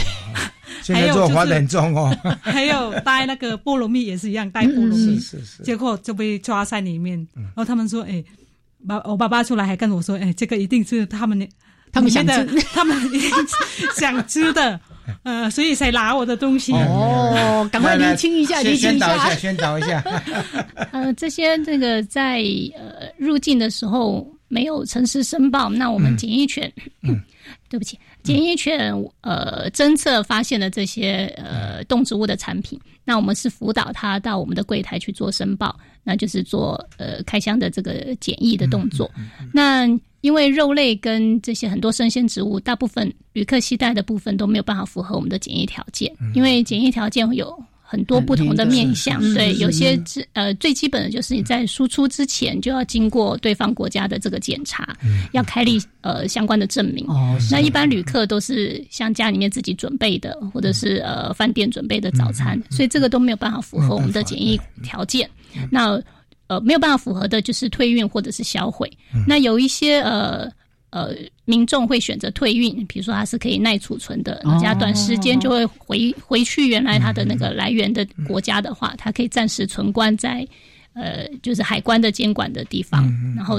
S2: 现在做法很重哦，
S11: 还有带那个菠萝蜜也是一样，带菠
S2: 嗯
S11: 萝
S2: 是嗯
S11: 蜜，
S2: 是是，
S11: 结果就被抓在里面。然后他们说，哎，爸，我爸爸出来还跟我说，哎，这个一定是他们。
S1: 他们想吃
S11: 的，他们一定是想吃 的，呃，所以才拿我的东
S2: 哎
S11: 西。
S1: 哦，赶快
S2: 来
S1: 厘清一下，
S2: 来
S1: 厘清
S2: 宣导一下，
S1: 下。
S2: 宣导一下，
S4: 呃，这些这个在呃入境的时候没有诚实申报，那我们检疫犬， 对不起，检疫犬呃侦测发现了这些呃动植物的产品，那我们是辅导它到我们的柜台去做申报，那就是做呃开箱的这个检疫的动作。那因为肉类跟这些很多生鲜植物，大部分旅客携带的部分都没有办法符合我们的检疫条件，因为检疫条件有很多不同的面向，
S1: 嗯
S4: 对
S1: 嗯，
S4: 有些
S1: 嗯
S4: 之呃最基本的就是你在输出之前就要经过对方国家的这个检查，要开立呃相关的证明。
S1: 嗯哦，是
S4: 那一般旅客都是像家里面自己准备的，或者是呃饭店准备的早
S1: 嗯
S4: 餐，所以这个都没有办法符合我们的检疫条件。
S1: 嗯
S4: 那呃没有办法符合的就是退运或者是销毁。那有一些呃。呃，民众会选择退运，比如说它是可以耐储存的，人家短时间就会回回去原来它的那个来源的国家的话，它可以暂时存关在呃就是海关的监管的地方，然后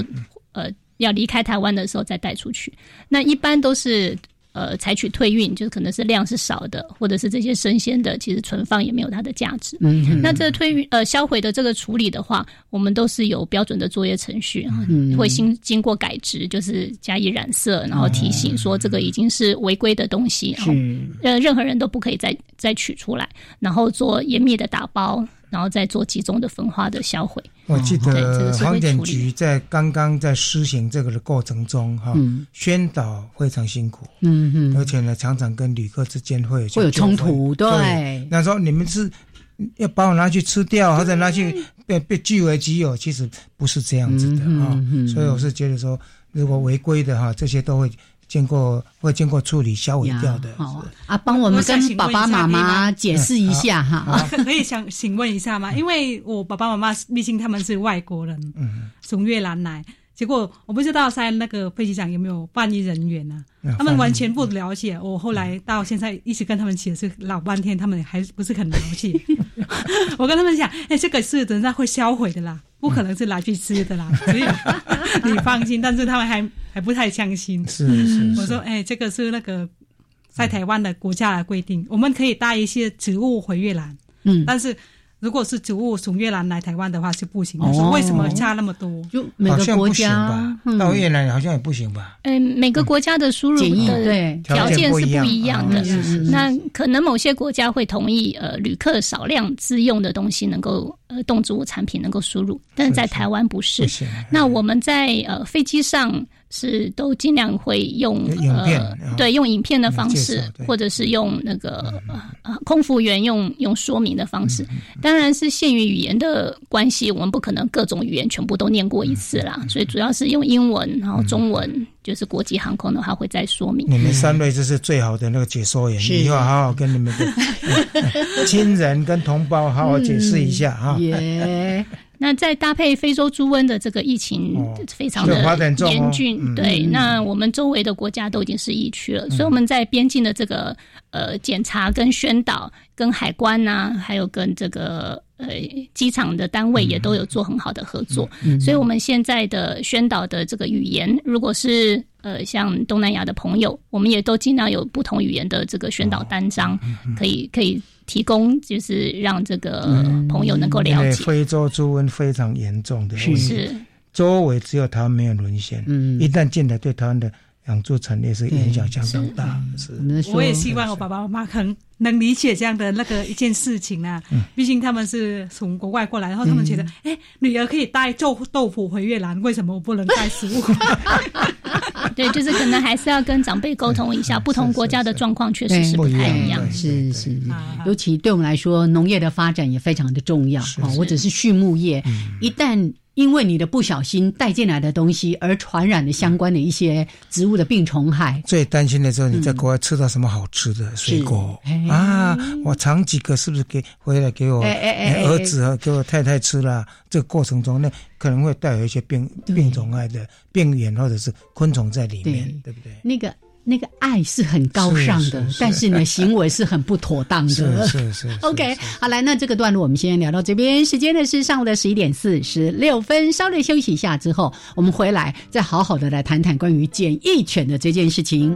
S4: 呃要离开台湾的时候再带出去。那一般都是呃采取退运，就是可能是量是少的，或者是这些生鲜的，其实存放也没有它的价值。
S1: 嗯
S4: 那这退运呃销毁的这个处理的话，我们都是有标准的作业程序，啊
S1: 嗯
S4: 会经经过改值，就是加以染色，然后提醒说这个已经是违规的东西，然后
S1: 是
S4: 呃任何人都不可以再再取出来，然后做严密的打包，然后再做集中的分化的销毁。
S2: 我记
S4: 对哦这个
S2: 得
S4: 是会
S2: 黄检
S4: 处理
S2: 局在刚刚在施行这个的过程中哈
S1: 嗯，
S2: 宣导非常辛苦，
S1: 嗯嗯，
S2: 而且呢，常常跟旅客之间会有
S1: 会有冲突
S2: 纠纷
S1: 对
S2: 那时候你们是要把我拿去吃掉，或者拿去被被据为己有，其实不是这样子的
S1: 嗯
S2: 啊、
S1: 嗯嗯
S2: 所以我是觉得说，如果违规的哈、这些都会经过会经过处理销毁
S1: 呀
S2: 掉的。
S1: 好啊，帮我们
S11: 我想
S1: 跟
S11: 请
S1: 爸
S11: 问一下
S1: 爸妈妈解释一下哈。
S11: 可可以想请问一下吗？因为我爸爸妈妈毕竟他们是外国人，
S2: 嗯，
S11: 从越南来，结果我不知道在那个飞机场有没有翻译人员啊
S2: 嗯，
S11: 他们完全不了解。我后来到现在一直跟他们解释老半天，他们还是不是很了解。 我跟他们讲，哎、这个是人家会销毁的啦，不可能是拿去吃 的啦，所以你放心。但是他们还还不太相信。
S2: 是是是，
S11: 我说，哎、这个是那个在台湾的国家的规定，我们可以带一些植物回越南，
S1: 嗯
S11: 但是
S13: 如果是植物从越南来台湾的话是不行的，
S1: 哦
S13: 为什么差那么多？
S1: 就每个
S2: 好像
S1: 国
S2: 不行
S1: 家嗯
S2: 吧？到越南好像也不行吧？
S4: 嗯，每个国家的输入
S1: 检疫
S4: 的
S1: 对
S4: 条件是不一样的
S2: 条件不一样嗯是是。是
S4: 那可能某些国家会同意，呃，旅客少量自用的东西能够，呃，动植物产品能够输入，但是在台湾不是
S2: 不。行，啊
S4: 那我们在呃飞机上是都尽量会用
S2: 影片
S4: 呃
S2: 然后嗯
S4: 对用影片的方式
S2: 介绍，对嗯
S4: 或者是用那个、呃、空服员用用说明的方式。当然是限于语言的关系，我们不可能各种语言全部都念过一次
S2: 嗯
S4: 啦，所以主要是用英文，然后中文、就是国际航空的话会再说明。
S2: 你们三位就是最好的那个解说员，以后好好跟你们的亲人跟同胞好好解释一下
S1: 嗯
S2: 哈。
S1: 耶，
S4: 那再搭配非洲猪瘟的这个疫情
S2: 哦
S4: 非常的
S2: 这个发展重哦
S4: 严峻，
S2: 嗯
S4: 对，
S2: 嗯
S4: 那我们周围的国家都已经是疫区了，所以我们在边境的这个呃检查跟宣导，跟海关呐、还有跟这个呃机场的单位也都有做很好的合作，
S1: 嗯嗯
S4: 所以我们现在的宣导的这个语言，如果是呃像东南亚的朋友，我们也都尽量有不同语言的这个宣导单
S2: 哦
S4: 张，
S2: 嗯
S4: 可以可以提供，就是让这个朋友能够
S2: 嗯因
S4: 了
S2: 为
S4: 解。
S2: 非洲猪瘟非常严重的问题，
S4: 是
S2: 周围只有台湾没有沦陷，
S1: 嗯
S2: 一旦进来，对台湾的养猪产业是影响相当大。是，
S1: 我们说
S13: 我也希望我爸爸妈妈很能理解这样的那个一件事情啊，
S1: 嗯
S13: 毕竟他们是从国外过来，然后他们觉得，哎、女儿可以带豆豆腐回越南，为什么我不能带食物？
S4: 对，就是可能还是要跟长辈沟通一下，不同国家的状况确实是不太一样。
S2: 对啊
S1: 是是，尤其对我们来说，农业的发展也非常的重要啊，或者是畜牧业，
S2: 嗯
S1: 一旦。因为你的不小心带进来的东西，而传染了相关的一些植物的病虫害，
S2: 最担心的时候，你在国外吃到什么好吃的水果
S1: 嗯是
S2: 啊？我尝几个是不是给回来给我
S1: 哎哎哎
S2: 哎
S1: 哎
S2: 儿子和给我太太吃了？这个过程中呢，可能会带有一些病病虫害的病原或者是昆虫在里面，对不对？
S1: 那个那个爱是很高尚的，
S2: 是是是
S1: 但是呢，行为是很不妥当 的。
S2: 是是是是
S1: OK，好来，那这个段落我们先聊到这边，时间呢是上午的十一点四十六分，稍微休息一下之后，我们回来再好好的来谈谈关于检疫犬的这件事情。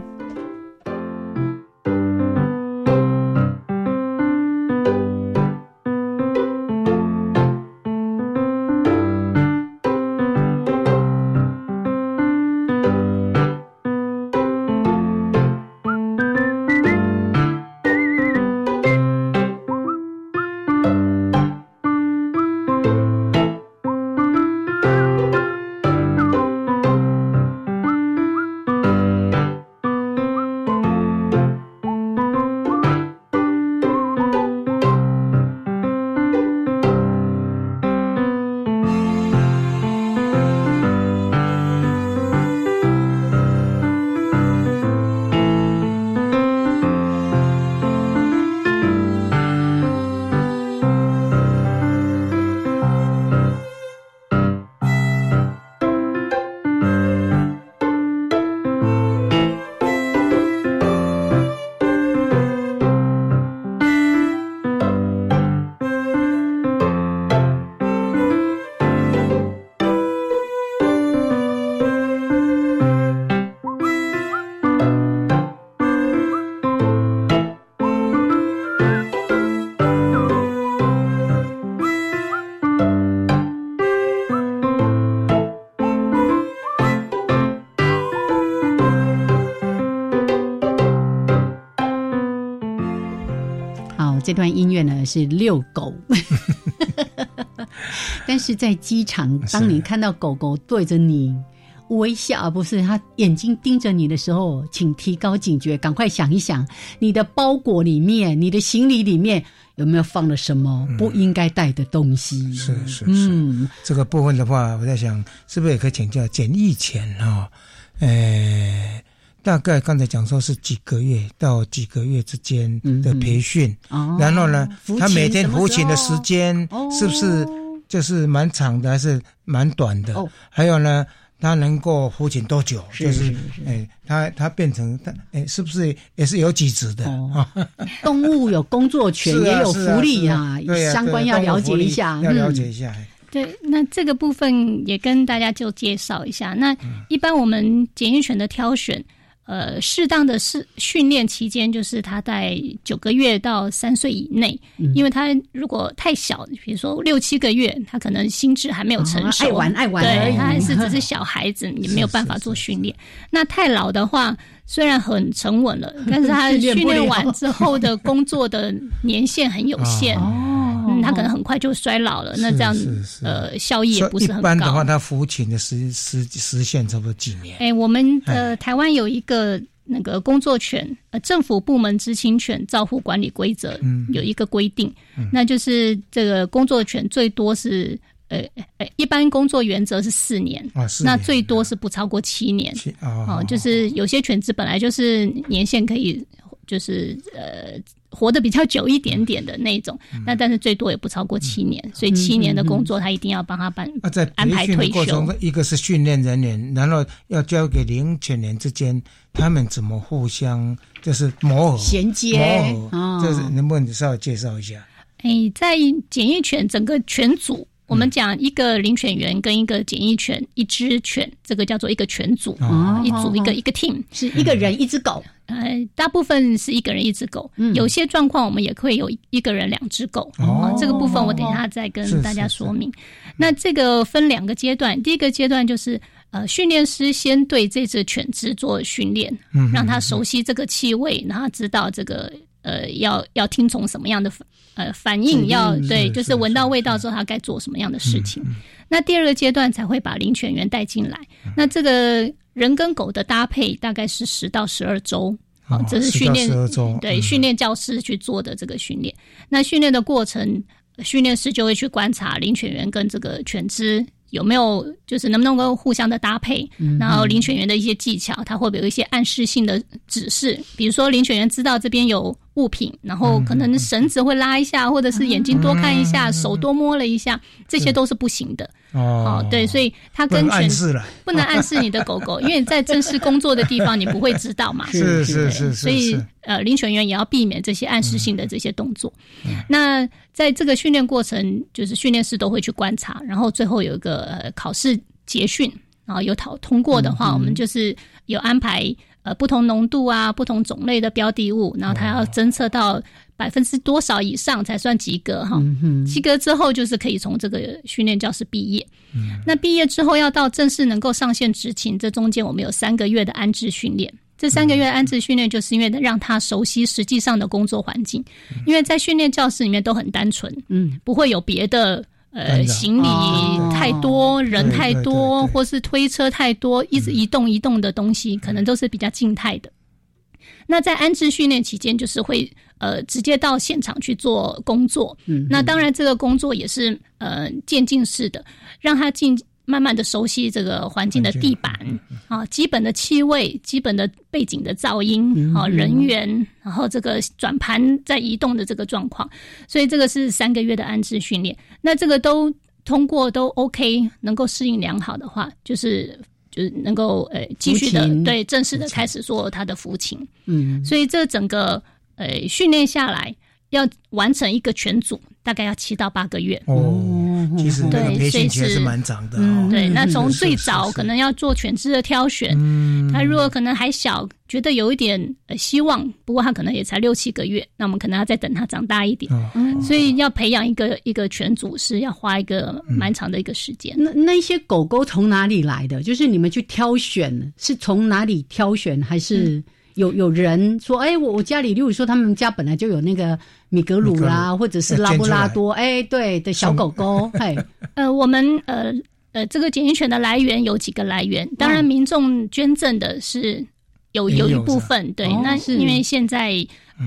S1: 好，这段音乐呢是遛 狗。但是在机场，当你看到狗狗对着你微笑，而不是它眼睛盯着你的时候，请提高警觉，赶快想一想，你的包裹里面、你的行李里面有没有放了什么不应该带的东西？
S2: 嗯是是是
S1: 嗯，
S2: 这个部分的话，我在想，是不是也可以请教简易前哈、呃，大概刚才讲说是几个月到几个月之间
S1: 嗯
S2: 的培训，
S1: 哦
S2: 然后呢
S1: 服，勤
S2: 他每天
S1: 什么
S2: 服勤的
S1: 时候哦
S2: 时间是不是就是蛮长的，还是蛮短的？
S1: 哦
S2: 还有呢，他能够服勤多久？
S1: 是
S2: 就是是
S1: 是
S2: 哎，他他变成他哎，是不是也是有几职的啊？
S1: 动物有工作权，
S2: 是
S1: 哦
S2: 啊
S1: 也有
S2: 是啊
S1: 福利
S2: 是
S1: 啊，
S2: 对啊
S1: 相关
S2: 对啊
S1: 要了
S2: 动
S1: 解
S2: 物福利
S1: 一下，
S2: 要了
S1: 嗯
S2: 解一下。哎
S4: 对，那这个部分也跟大家就介绍一下。那一般我们检疫犬的挑选，呃，适当的是训练期间，就是他在九个月到三岁以内，
S1: 嗯
S4: 因为他如果太小，比如说六七个月，他可能心智还没有成熟，
S1: 哦爱玩爱玩而
S4: 对
S1: 已
S4: 他还是只是小孩子，也没有办法做 训练。那太老的话，虽然很沉稳了，但是他
S1: 训练
S4: 训
S1: 不了
S4: 练完之后的工作的年限很有限，嗯，他可能很快就衰老了，那这样
S2: 是是
S4: 呃效益也不
S2: 所以
S4: 是
S2: 一
S4: 很
S2: 般的
S4: 高
S2: 话，。它服勤的时时时限差不多几年？
S4: 哎、我们的台湾有一个那个工作权，呃，政府部门知情权照护管理规则
S2: 嗯
S4: 有一个规定，那就是这个工作权最多是。呃，呃一般工作原则是四年，
S2: 啊四
S4: 那
S2: 年
S4: 最多是不超过七年。
S2: 哦
S4: 哦，就是有些犬只本来就是年限可以，就是呃活得比较久一点点的那一种，那但是最多也不超过七年，所以七年的工作他一定要帮他办、
S2: 那在
S4: 安
S2: 培
S4: 排
S2: 训的
S4: 退
S2: 过程
S4: 休
S2: 中。，一个是训练人员，然后要交给领犬人之间，他们怎么互相就是磨合、
S1: 衔接
S2: 磨合，
S1: 哦
S2: 这是能不能稍微介绍一下？
S4: 哎，在检疫犬整个犬组，我们讲一个领犬员跟一个检疫犬，一只犬，这个叫做一个犬组，
S1: 哦
S4: 嗯一组一个
S1: 哦
S4: 一个 team，
S1: 是一个人一只狗。
S4: 呃，大部分是一个人一只狗，
S1: 嗯
S4: 有些状况我们也会有一个人两只狗。
S1: 哦
S4: 啊这个部分我等一下再
S1: 是
S4: 跟
S1: 是
S4: 大家说明。那这个分两个阶段，第一个阶段就是呃，训练师先对这只犬只做训练，
S14: 嗯哼
S4: 让它熟悉这个气味，然后知道这个呃要要听从什么样的呃反
S14: 指
S4: 应，
S14: 令
S4: 要
S14: 是
S4: 对，
S14: 是
S4: 就是闻到味道之后它该做什么样的事情。那第二个阶段才会把领犬员带进来。那这个人跟狗的搭配大概是十到十二周。好
S2: 哦，
S4: 这是
S2: 10
S4: 训
S2: 到
S4: 练
S2: 12周
S4: 对
S2: 嗯
S4: 训练教师去做的这个训练。那训练的过程，呃训练师就会去观察领犬员跟这个犬只有没有，就是能不能够互相的搭配，
S14: 嗯
S4: 然后领犬员的一些技巧，它会不会有一些暗示性的指示？比如说领犬员知道这边有物品，然
S2: 嗯
S4: 后可能绳子会拉一下，或者是眼睛多看一下，手多摸了一下，这些都是不行的。
S2: 哦，
S4: 对，所以它跟
S2: 不能
S4: 犬
S2: 暗示了
S4: 不能暗示你的狗狗，因为你在正式工作的地方你不会知道 嘛。
S2: 是是是是，
S4: 所以
S2: 是
S4: 呃，领犬员也要避免这些暗示性的这些动作。那在这个训练过程，就是训练师都会去观察，然后最后有一个、呃、考试结训，然后有考通过的
S14: 嗯
S4: 话，
S14: 嗯
S4: 我们就是有安排呃不同浓度啊、不同种类的标的物，然后它要侦测到百分之多少以上才算及格哈。
S1: 嗯哼
S4: 及格之后，就是可以从这个训练教室毕业。那毕业之后要到正式能够上线执勤，这中间我们有三个月的安置训练。这三个月的安置训练，就是因为让他熟悉实际上的工作环境，因为在训练教室里面都很单纯，
S1: 嗯，
S4: 不会有别的
S14: 干
S4: 呃
S14: 扰
S4: 行李太多、人太多，或是推车太
S14: 嗯
S4: 多，一直移动移动的东西，可能都是比较静态的。那在安置训练期间，就是会呃直接到现场去做工作。
S14: 嗯
S4: 那当然这个工作也是呃渐进式的，让他进慢慢的熟悉这个环境的地板
S14: 嗯
S4: 啊、基本的气味、基本的背景的噪音啊、
S14: 嗯
S4: 人员，然后这个转盘在移动的这个状况。所以这个是三个月的安置训练。那这个都通过都 OK，能够适应良好的话，就是。就是能够呃继续的
S1: 服勤
S4: 对正式的开始做他的服勤，
S1: 嗯，
S4: 所以这整个呃训练下来，要完成一个全组，大概要七到八个月。
S2: 哦，其实那个
S4: 嗯对
S2: 培训
S4: 所以
S2: 期还是
S4: 是
S2: 蛮长的哦
S4: 嗯，。对，那从
S2: 是是
S4: 最早可能要做犬只的挑选，他如果可能还小，觉得有一点呃希望，不过他可能也才六七个月，那我们可能要再等他长大一点，
S2: 哦嗯
S4: 所以要培养一个一个犬组是要花一个
S14: 嗯
S4: 蛮长的一个时间。
S1: 那那些狗狗从哪里来的？就是你们去挑选，是从哪里挑选，还是有、有人说，哎，我我家里，例如说他们家本来就有那个米格鲁啦，或者是拉布拉多，哎，对的小狗狗，哎，
S4: 呃，我们呃呃，这个检疫犬的来源有几个来源，当然民众捐赠的是有
S14: 嗯也
S4: 有一
S14: 有
S4: 部
S14: 是
S4: 分，对，
S14: 哦
S4: 那
S14: 是嗯
S4: 因为现在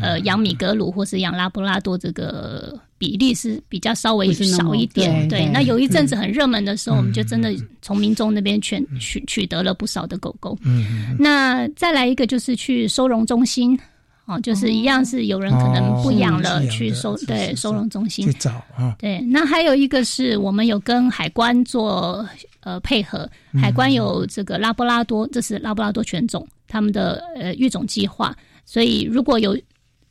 S4: 呃养米格鲁或是养拉布拉多这个比例是比较稍微
S14: 不是那么
S4: 少一点，
S14: 对
S4: 对，
S14: 对
S4: 那有一阵子很热门的时候，我们就真
S14: 嗯
S4: 的从民众那边取取取得了不少的狗狗，
S14: 嗯
S4: 那再来一个就是去收容中心。哦，就是一样是有人可能不养了，
S14: 哦
S4: 去收、对收容中心
S2: 去找啊，
S4: 对，那还有一个是我们有跟海关做呃配合，
S14: 嗯
S4: 海关有这个拉布拉多，这是拉布拉多犬种他们的呃育种计划，所以如果有
S14: 哦嗯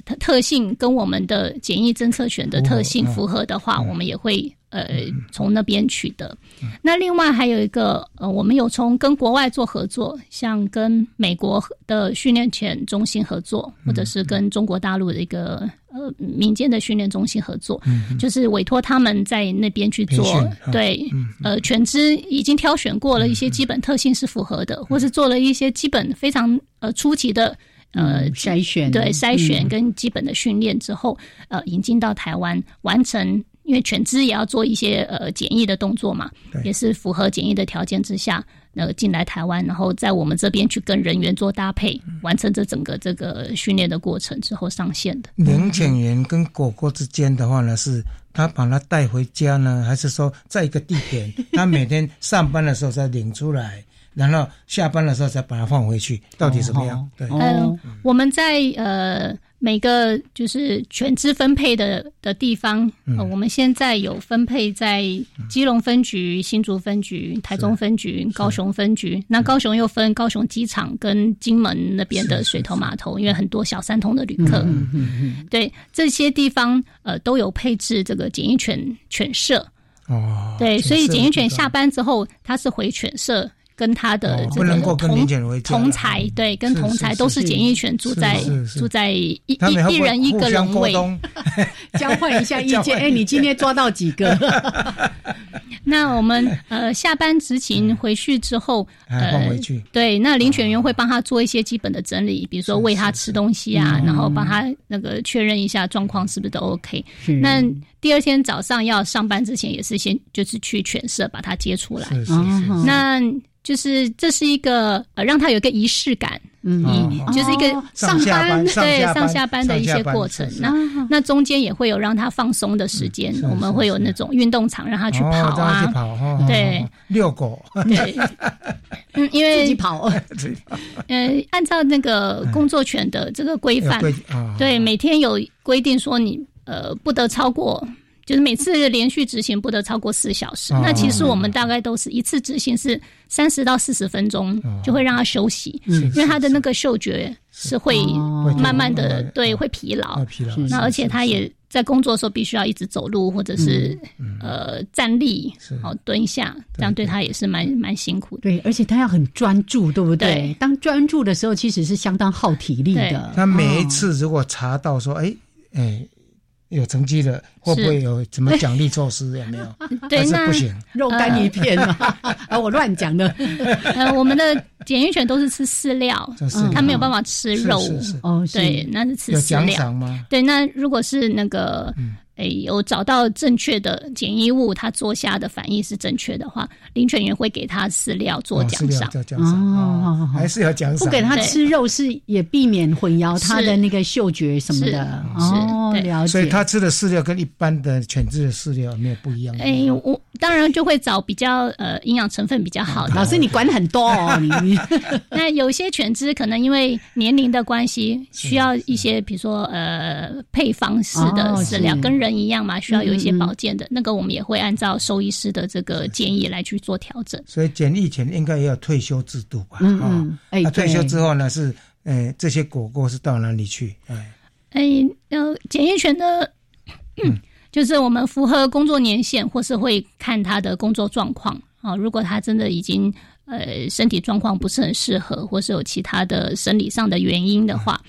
S4: 特特性跟我们的检疫侦测犬的特性符合的话，我们也会呃从那边取得。那另外还有一个呃，我们有从跟国外做合作，像跟美国的训练犬中心合作，
S14: 嗯
S4: 或者是跟中国大陆的一个呃民间的训练中心合作，就是委托他们在那边去
S14: 嗯
S4: 做
S14: 培训啊
S4: 对呃犬只已经挑选过了一些基本特性是符合
S14: 嗯
S4: 的，或是做了一些基本非常呃初级的。
S14: 嗯
S4: 呃，
S1: 嗯筛选
S4: 对筛选
S1: 嗯
S4: 跟基本的训练之后，呃，引进到台湾完成，因为犬只也要做一些呃检疫的动作嘛
S14: 对，
S4: 也是符合检疫的条件之下，呃，进来台湾，然后在我们这边去跟人员做搭配，
S1: 嗯
S4: 完成这整个这个训练的过程之后上线的。
S2: 领犬员跟狗狗之间的话呢，是他把它带回家呢，还是说在一个地点，他每天上班的时候再领出来，然后下班的时候再把它放回去，到底怎么样？对，
S1: 哦
S4: 嗯，我们在呃每个就是犬只分配的的地方、
S14: 嗯
S4: 呃，我们现在有分配在基隆分局、新竹分局、台中分局、高雄分局。那高雄又分高雄机场跟金门那边的水头码头，因为很多小三通的旅客。
S14: 嗯嗯嗯
S4: 对这些地方，呃，都有配置这个检疫犬犬舍。
S2: 哦，
S4: 对，
S2: 这
S4: 所以
S2: 是
S4: 检疫犬下班之后，它是回犬舍，跟它的
S2: 哦
S4: 这
S2: 不能够
S4: 个
S2: 跟
S4: 同
S2: 领犬回家了嗯
S4: 同才，对，跟
S2: 是
S4: 同
S2: 是
S4: 才
S2: 是
S4: 都是检疫犬住
S2: 是
S4: 在
S2: 是是
S4: 住在一一
S2: 他们会
S4: 一
S2: 不会
S4: 人一个
S2: 互相
S4: 人
S2: 沟
S4: 位。
S2: 通
S1: 交换一下意
S4: 交
S1: 见，
S4: 换
S1: 哎，你今天抓到几个？
S4: 那 我们呃下班执
S2: 嗯
S4: 勤回去之后，
S2: 还哎放
S4: 呃
S2: 回去，
S4: 对，那领犬员会帮他做一些基本的整理，比如说喂他吃东西啊，
S14: 嗯
S4: 然后帮他那个确认一下状况是不是都
S2: 嗯
S4: OK
S14: 是。
S4: 那
S1: 嗯
S4: 第二天早上要上班之前，也是先就是去犬舍把它接出来。
S14: 是是是
S2: 嗯
S14: 是
S4: 那就是这是一个呃让他有一个仪式感，
S1: 嗯
S4: 仪就是一个
S1: 哦上下班上
S4: 对
S1: 下班
S4: 上下班的一
S1: 上下
S4: 些
S1: 班
S4: 过
S1: 是
S4: 程。
S1: 是
S4: 那那中间也会有让他放松的时间，我们会有那种运动场让他去跑
S2: 哦让它
S4: 啊，
S2: 去跑哦
S4: 对，
S2: 遛狗，
S4: 对，嗯，因为
S2: 自己
S1: 跑，
S4: 呃，按照那个工作犬的这个规范
S2: 有规，啊
S4: 对，每天有规定说你呃不得超过。就是每次连续执行不得超过四小时，
S14: 哦
S4: 那其实我们大概都是一次执行是三十到四十分钟，就会让他休息，
S14: 嗯
S4: 因为他的那个嗅觉是会慢慢的对会疲劳，
S2: 疲劳
S4: 那而且他也在工作的时候必须要一直走路或者是呃站立哦蹲下，这样对他也是蛮蛮辛苦的。
S1: 对，而且他要很专注，对不对？
S4: 对
S1: 当专注的时候，其实是相当耗体力
S4: 对
S1: 的。
S2: 他每一次如果查到说，哎、哎、有成绩了，会不会有什么奖励措施？有没有？
S4: 对，
S2: 还是
S4: 那
S2: 不行，
S1: 肉干一片啊！ 啊，我乱讲 的。
S4: 呃，我们的检疫犬都是吃饲料
S1: 吃饲料，
S4: 嗯它没有
S2: 嗯
S4: 办法吃
S1: 是
S4: 肉
S1: 是是。哦是
S4: 对，那是吃
S2: 有
S4: 饲
S2: 奖
S4: 料
S2: 赏。吗？
S4: 对，那如果是那个，诶、有找到正确的检疫物，它做下的反应是正确的话，领犬员会给他饲料做
S2: 哦
S4: 奖
S2: 是
S4: 赏
S2: 要。做奖赏，
S1: 哦，
S2: 还是要奖赏
S1: 不给他吃肉是也避免混淆他的那个嗅觉什么的。哦，了解。
S2: 所以他吃的饲料跟一般的犬只的饲料有没有不一样。
S4: 哎、我当然就会找比较呃营养成分比较好的。
S2: 嗯
S1: 老师，你管很多哦， 你
S4: 那有些犬只可能因为年龄的关系，需要一些比如说呃配方式的
S14: 哦
S4: 饲料，
S14: 是
S4: 跟人一样嘛，需要有一些
S2: 嗯嗯嗯
S4: 保健的。那个我们也会按照兽医师的这个建议来去做调整。
S2: 所以检疫犬应该也有退休制度吧？
S4: 嗯
S2: 啊
S4: 嗯哎
S2: 那退休
S4: 对
S2: 之后呢是，哎，这些狗狗是到哪里去？哎，
S4: 哎，呃，检疫犬的， 就是我们符合工作年限，或是会看他的工作状况啊、如果他真的已经呃身体状况不是很适合，或是有其他的生理上的原因的话，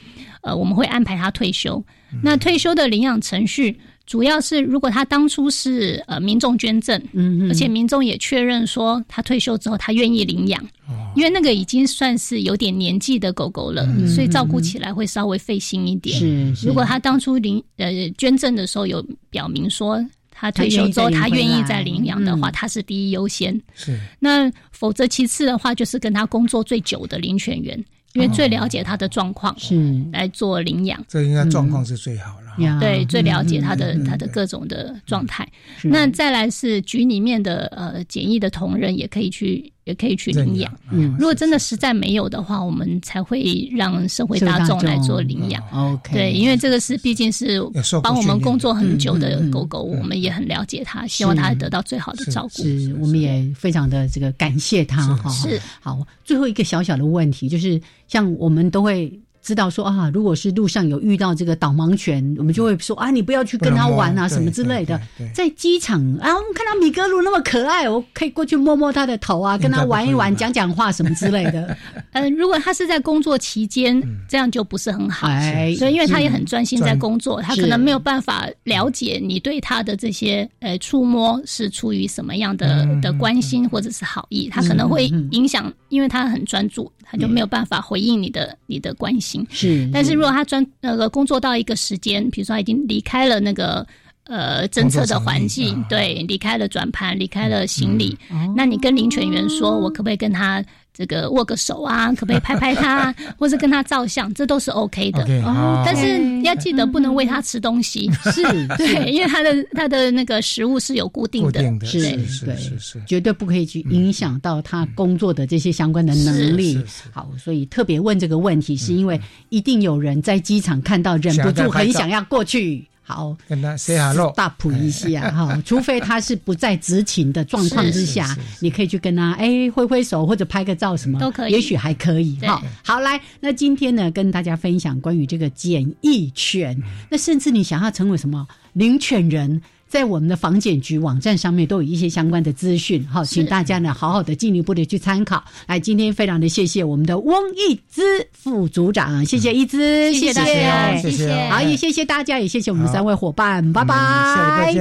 S4: 呃，我们会安排他退休。那退休的领养程序。主要是如果他当初是呃民众捐赠，
S1: 嗯
S4: 而且民众也确认说他退休之后他愿意领养，因为那个已经算是有点年纪的狗狗了，
S14: 嗯
S4: 所以照顾起来会稍微费心一点。
S14: 是
S1: 嗯
S14: 是
S4: 如果他当初领呃捐赠的时候有表明说他退休之后
S14: 他
S4: 他
S14: 愿
S4: 愿
S14: 意
S4: 意
S14: 再
S4: 再
S14: 领回来
S4: 领养的话，
S14: 嗯
S4: 他是第一优先。
S2: 是
S4: 那否则其次的话，就是跟他工作最久的领犬员，因为最了解他的状况，
S1: 是啊
S4: 来做领养。
S2: 这应该状况是最好了。
S1: 呀
S4: 对，最了解
S2: 嗯
S4: 他的
S2: 嗯
S4: 他的各种的状态。
S1: 嗯
S4: 那再来是局里面的呃检疫的同仁也可以去也可以去领养。
S2: 啊
S1: 嗯
S4: 如果真的实在没有的话，我们才会让社会大众来做领
S1: 嗯
S4: 养。
S1: OK，
S4: 对，因为这个是毕竟是
S1: 受过
S4: 帮我
S1: 训
S4: 们
S1: 练
S4: 工作很久
S1: 的嗯
S4: 的
S1: 嗯
S4: 狗狗，我们也很了解它，希望它得到最好的照顾。
S1: 是嗯我们也非常的这个感谢他哈。
S4: 是
S1: 好，最后一个小小的问题就是，像我们都会知道说啊，如果是路上有遇到这个导盲犬，我们就会说
S4: 嗯
S1: 啊，你不要去跟它玩啊，
S2: 不能摸
S1: 什么之类的
S2: 对对对。
S1: 在机场啊，我们看到米格鲁那么可爱，我可以过去摸摸它的头啊，跟
S4: 嗯
S1: 它玩一玩，讲讲话什么之类的。
S4: 呃，如果他是在工作期间，
S1: 嗯
S4: 这样就不 是很好，
S1: 哎
S4: 所以因为他也很
S1: 嗯
S4: 专心在工作，
S1: 专
S4: 他可能没有办法了解你对他的这些呃触摸是出于什么样的、
S1: 嗯
S4: 的关心或者是好意，他可能会影响，因为他很专注，他就
S1: 嗯
S4: 没有办法回应你的、你的关心。
S1: 是
S4: 但是如果他专那个工作到一个时间，比如说他已经离开了那个呃侦测的环境，对，离开了转盘，离开了行李，那你跟领犬员说，我可不可以跟他这个握个手啊？可不可以拍拍他啊，或是跟他照相，这都是 OK 的。
S14: OK，好
S4: 哦
S2: 啊
S4: 但是要记得不能喂他吃东西，
S1: 是
S4: 对，因为他的他的那个食物是有固定的，
S1: 是
S4: 对
S1: 是是绝对不可以去影响到他工作的这些相关的能力。好，所以特别问这个问题，是因为一定有人在机场看到，忍不住很嗯想要过去。好，
S2: 跟他 say hello，哎
S1: 大普一下哈，除非他是不在执勤的状况之下，你可以去跟他哎挥挥手或者拍个照什么
S4: 都可以
S1: 也许还可以
S4: 对
S1: 哈。好，来，那今天呢，跟大家分享关于这个检疫犬，
S2: 嗯
S1: 那甚至你想要成为什么领犬人。在我们的防检局网站上面都有一些相关的资讯，好，请大家呢好好的进一步的去参考。来，今天非常的谢谢我们的翁一之副组长，谢谢一之，
S2: 谢谢
S1: 大
S2: 谢谢啊
S1: 家，
S2: 谢谢
S1: 好，也谢谢大家，也谢谢我们三位伙伴，拜拜，
S2: 嗯下礼拜见